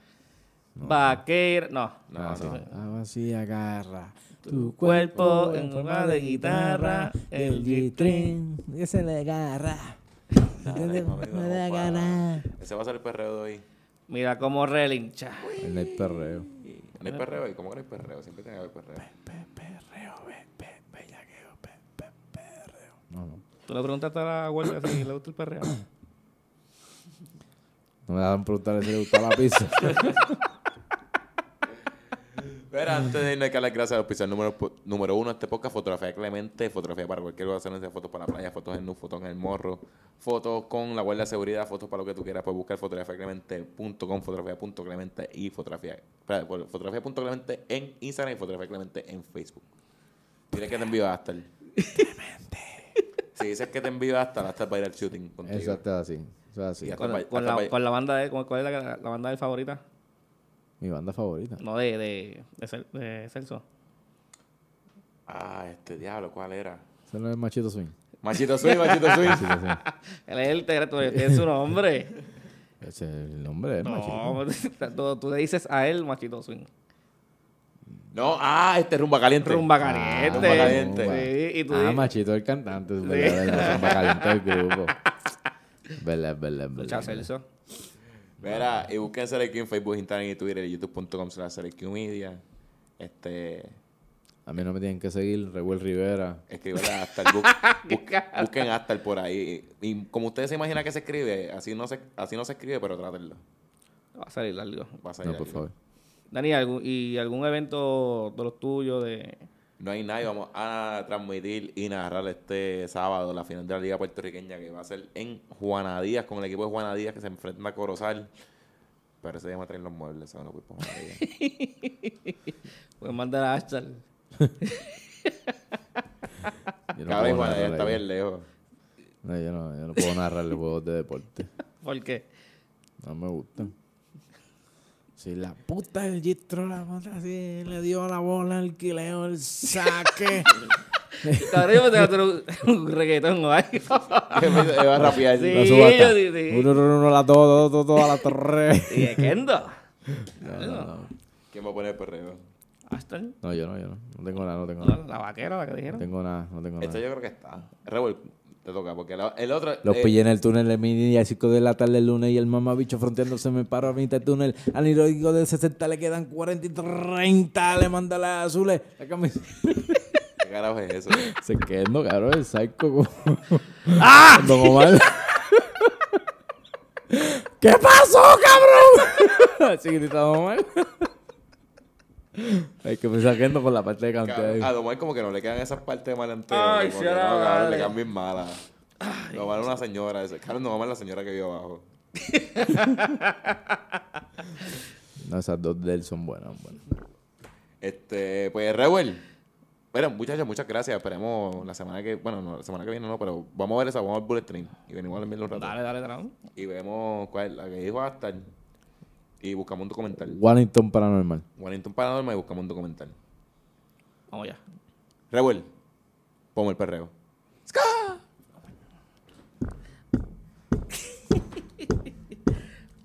Speaker 3: Vaquera. No.
Speaker 2: No,
Speaker 1: Ah,
Speaker 2: no.
Speaker 1: sí. Ah, sí, agarra. Tu
Speaker 3: cuerpo en forma de guitarra, el
Speaker 1: G-Train, ese le agarra.
Speaker 2: Dale, mami,
Speaker 1: Me da
Speaker 2: vamos pa-
Speaker 1: ganas.
Speaker 2: Ese va a ser el perreo de hoy.
Speaker 3: Mira cómo relincha.
Speaker 1: En el perreo.
Speaker 2: No hay perreo hoy. ¿Cómo que no hay perreo? Siempre tiene que haber perreo.
Speaker 1: No, no.
Speaker 3: Tú le preguntaste a la guardia si le gusta el perreo.
Speaker 1: No me dejan preguntar si le gusta la pizza.
Speaker 2: Pero antes de irnos, hay que darle gracias a los pisos número, po- número uno de este podcast, fotografía de Clemente, fotografía para cualquier cosa, no sea fotos para la playa, fotos en nu, fotos en el morro, fotos con la guardia de seguridad, fotos para lo que tú quieras, puedes buscar fotografiaclemente.com, fotografía.clemente y fotografía, espera, por- fotografía.clemente en Instagram y fotografía clemente en Facebook. Dile que te envío hasta el. Si dices que te envío hasta, hasta para ir al shooting contigo.
Speaker 1: Exacto, así. Eso es así.
Speaker 2: Ya.
Speaker 3: Con,
Speaker 2: Hasta pa-
Speaker 3: con
Speaker 2: hasta
Speaker 3: la,
Speaker 2: pa-
Speaker 3: con la banda de. con- ¿Cuál es la, la banda de favorita?
Speaker 1: Mi banda favorita.
Speaker 3: No, de, de, de, Cel- de Celso.
Speaker 2: Ah, este diablo, ¿cuál era?
Speaker 1: Ese no es Machito Swing.
Speaker 2: Machito Swing, Machito Swing.
Speaker 1: Machito Swing.
Speaker 3: Él es el teatro, es su nombre.
Speaker 1: Ese es el nombre, es Machito.
Speaker 3: No, tú, tú le dices a él machito swing.
Speaker 2: No, ah, este rumba caliente.
Speaker 3: Rumba
Speaker 1: Ah,
Speaker 3: caliente.
Speaker 2: Rumba Caliente.
Speaker 3: Sí, y tú
Speaker 1: Ah,
Speaker 3: dices-
Speaker 1: Machito el cantante. Es verdad, es verdad. Zumba Caliente del grupo. Verdad, es verdad, es
Speaker 3: Escucha,
Speaker 1: verdad.
Speaker 3: Celso.
Speaker 2: Mira, y busquen Select Q en Facebook, Instagram y Twitter, y youtube.com slash Select Q Media. Este,
Speaker 1: A mí no me tienen que seguir. Rebuel Rivera.
Speaker 2: escriban hasta el bu- bus- busquen hasta el por ahí. Y como ustedes se imaginan que se escribe, así no se, así no se escribe, pero trátenlo.
Speaker 3: Va a salir largo.
Speaker 2: Va a salir
Speaker 1: No, por
Speaker 2: ahí.
Speaker 1: favor.
Speaker 3: Dani, ¿algún- ¿y algún evento de los tuyos de
Speaker 2: No hay nadie, vamos a transmitir y narrar este sábado la final de la Liga Puertorriqueña que va a ser en Juana Díaz, con el equipo de Juana Díaz que se enfrenta a Corozal. Pero ese día me traen los muebles, ¿saben? Los equipos de Juana Díaz.
Speaker 3: pues mandar a Ashtar?
Speaker 1: Yo no
Speaker 2: Cabrón,
Speaker 1: puedo
Speaker 2: Juana Díaz
Speaker 1: narrar
Speaker 2: está
Speaker 1: ahí.
Speaker 2: bien lejos.
Speaker 1: No, yo no, yo no puedo narrar los juegos de deporte.
Speaker 3: ¿Por qué?
Speaker 1: No me gustan. Si la puta del Gistro la puta así, le dio la bola, el quileo, el saque.
Speaker 3: Cabrón, yo me tengo que hacer un, un reggaetón o algo.
Speaker 2: Me va a rapear.
Speaker 3: Sí.
Speaker 1: La subasta.
Speaker 3: yo sí, sí.
Speaker 1: Uno, uno, uno, la todo, todo, todo, a la torre.
Speaker 3: ¿Y de Kendo?
Speaker 1: No, no, no.
Speaker 2: ¿Quién va a poner perreo?
Speaker 3: Ashtar.
Speaker 1: No, yo no, yo no. No tengo nada, no tengo
Speaker 3: La,
Speaker 1: nada.
Speaker 3: la vaquera, la que
Speaker 1: No
Speaker 3: dijeron.
Speaker 1: tengo nada, no tengo nada.
Speaker 2: Esta yo creo que está. Rebel, te toca, porque la- el otro.
Speaker 1: Los
Speaker 2: eh,
Speaker 1: pillé en el túnel de mini a 5 de la tarde el lunes y el mamabicho fronteándose me paró a mitad de túnel. Al heroico de 60 le quedan 40 y 30. Le manda las azules. La camisa.
Speaker 2: ¿Qué carajo es eso?
Speaker 1: Se quedó, cabrón, el psycho. ¡Ah! Don Omar. ¿Qué pasó, cabrón? Así gritaba Omar. Hay que pensar quedando por la parte de
Speaker 2: Cabrón,
Speaker 1: cantidad.
Speaker 2: A Domar como que no le quedan esas partes de malanteo.
Speaker 3: Ay,
Speaker 2: como
Speaker 3: sí,
Speaker 2: que
Speaker 3: ahora
Speaker 2: no, cabrón,
Speaker 3: vale.
Speaker 2: le quedan bien malas. Domar es una señora. Esa. Claro, Domar es la señora que vive abajo.
Speaker 1: No, esas dos de él son buenas, son buenas.
Speaker 2: Este, pues Rebel. Bueno, muchachos, muchas gracias. Esperemos la semana que... Bueno, no, la semana que viene no, pero vamos a ver esa. Vamos al bullet train. Y venimos a dormir un rato.
Speaker 3: Dale, dale, dale.
Speaker 2: Y vemos cuál es la que dijo hasta... Y buscamos un documental.
Speaker 1: Wellington Paranormal.
Speaker 2: Wellington Paranormal y buscamos un documental.
Speaker 3: Vamos ya.
Speaker 2: Revuel, pongo el perreo.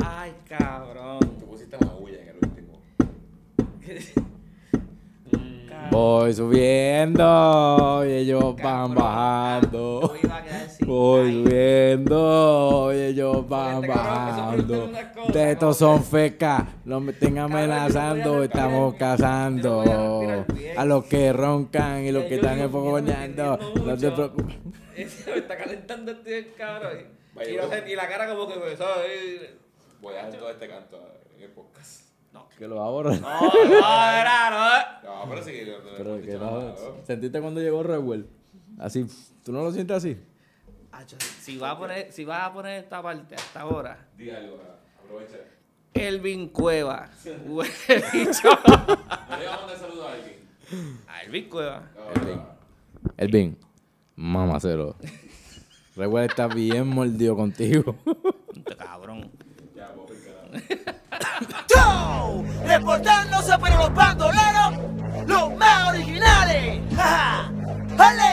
Speaker 3: Ay, cabrón.
Speaker 2: Tú pusiste más bulla en el último.
Speaker 1: Voy subiendo y ellos van
Speaker 3: Cabrón.
Speaker 1: bajando.
Speaker 3: Hoy va a quedar sin
Speaker 1: Voy
Speaker 3: aire.
Speaker 1: subiendo y ellos van
Speaker 3: Porque este cabrón empezó a preguntar
Speaker 1: bajando.
Speaker 3: unas cosas,
Speaker 1: De estos
Speaker 3: ¿no?
Speaker 1: son fecas, los me estén
Speaker 3: Cabrón, yo no voy a
Speaker 1: amenazando,
Speaker 3: respirar,
Speaker 1: estamos
Speaker 3: yo no voy a
Speaker 1: cazando.
Speaker 3: respirar bien.
Speaker 1: A los que roncan y los
Speaker 3: Ya,
Speaker 1: que
Speaker 3: yo
Speaker 1: están
Speaker 3: digo, yo me estoy
Speaker 1: enfogoneando,
Speaker 3: entendiendo
Speaker 1: no te
Speaker 3: mucho.
Speaker 1: preocupes.
Speaker 3: Ese me está calentando este cabrón.
Speaker 2: Vaya,
Speaker 3: Y, no
Speaker 2: bueno.
Speaker 3: sé, y la cara como que pues, empezó a ver.
Speaker 2: Voy a hacer todo este canto en el podcast.
Speaker 1: Que lo ahorro.
Speaker 3: No, no, era, no.
Speaker 2: No, pero sí, no, no,
Speaker 1: Pero
Speaker 2: no,
Speaker 1: que
Speaker 2: no,
Speaker 1: no.
Speaker 2: no, no.
Speaker 1: ¿Sentiste cuando llegó Rewell? Así, ¿tú no lo sientes así?
Speaker 3: Acho, Si vas a poner, si vas a poner esta parte hasta ahora,
Speaker 2: Di algo, ah, aprovecha.
Speaker 3: Elvin Cueva. Huele bicho.
Speaker 2: No le vamos a mandar saludo a alguien.
Speaker 3: A Ah, Elvin Cueva.
Speaker 2: No, no, no.
Speaker 1: Elvin, mamacero. Rewell está bien mordido contigo.
Speaker 3: Este cabrón.
Speaker 2: Ya, voy a carajo.
Speaker 4: Yo, reportándose para los bandoleros, los más originales. ¡Ja, ja!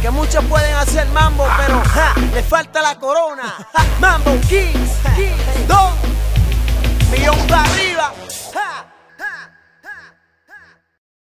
Speaker 4: que muchos pueden hacer mambo, pero ja, le falta la corona. Ja, mambo Kings, Kings, Don, Millón Barril.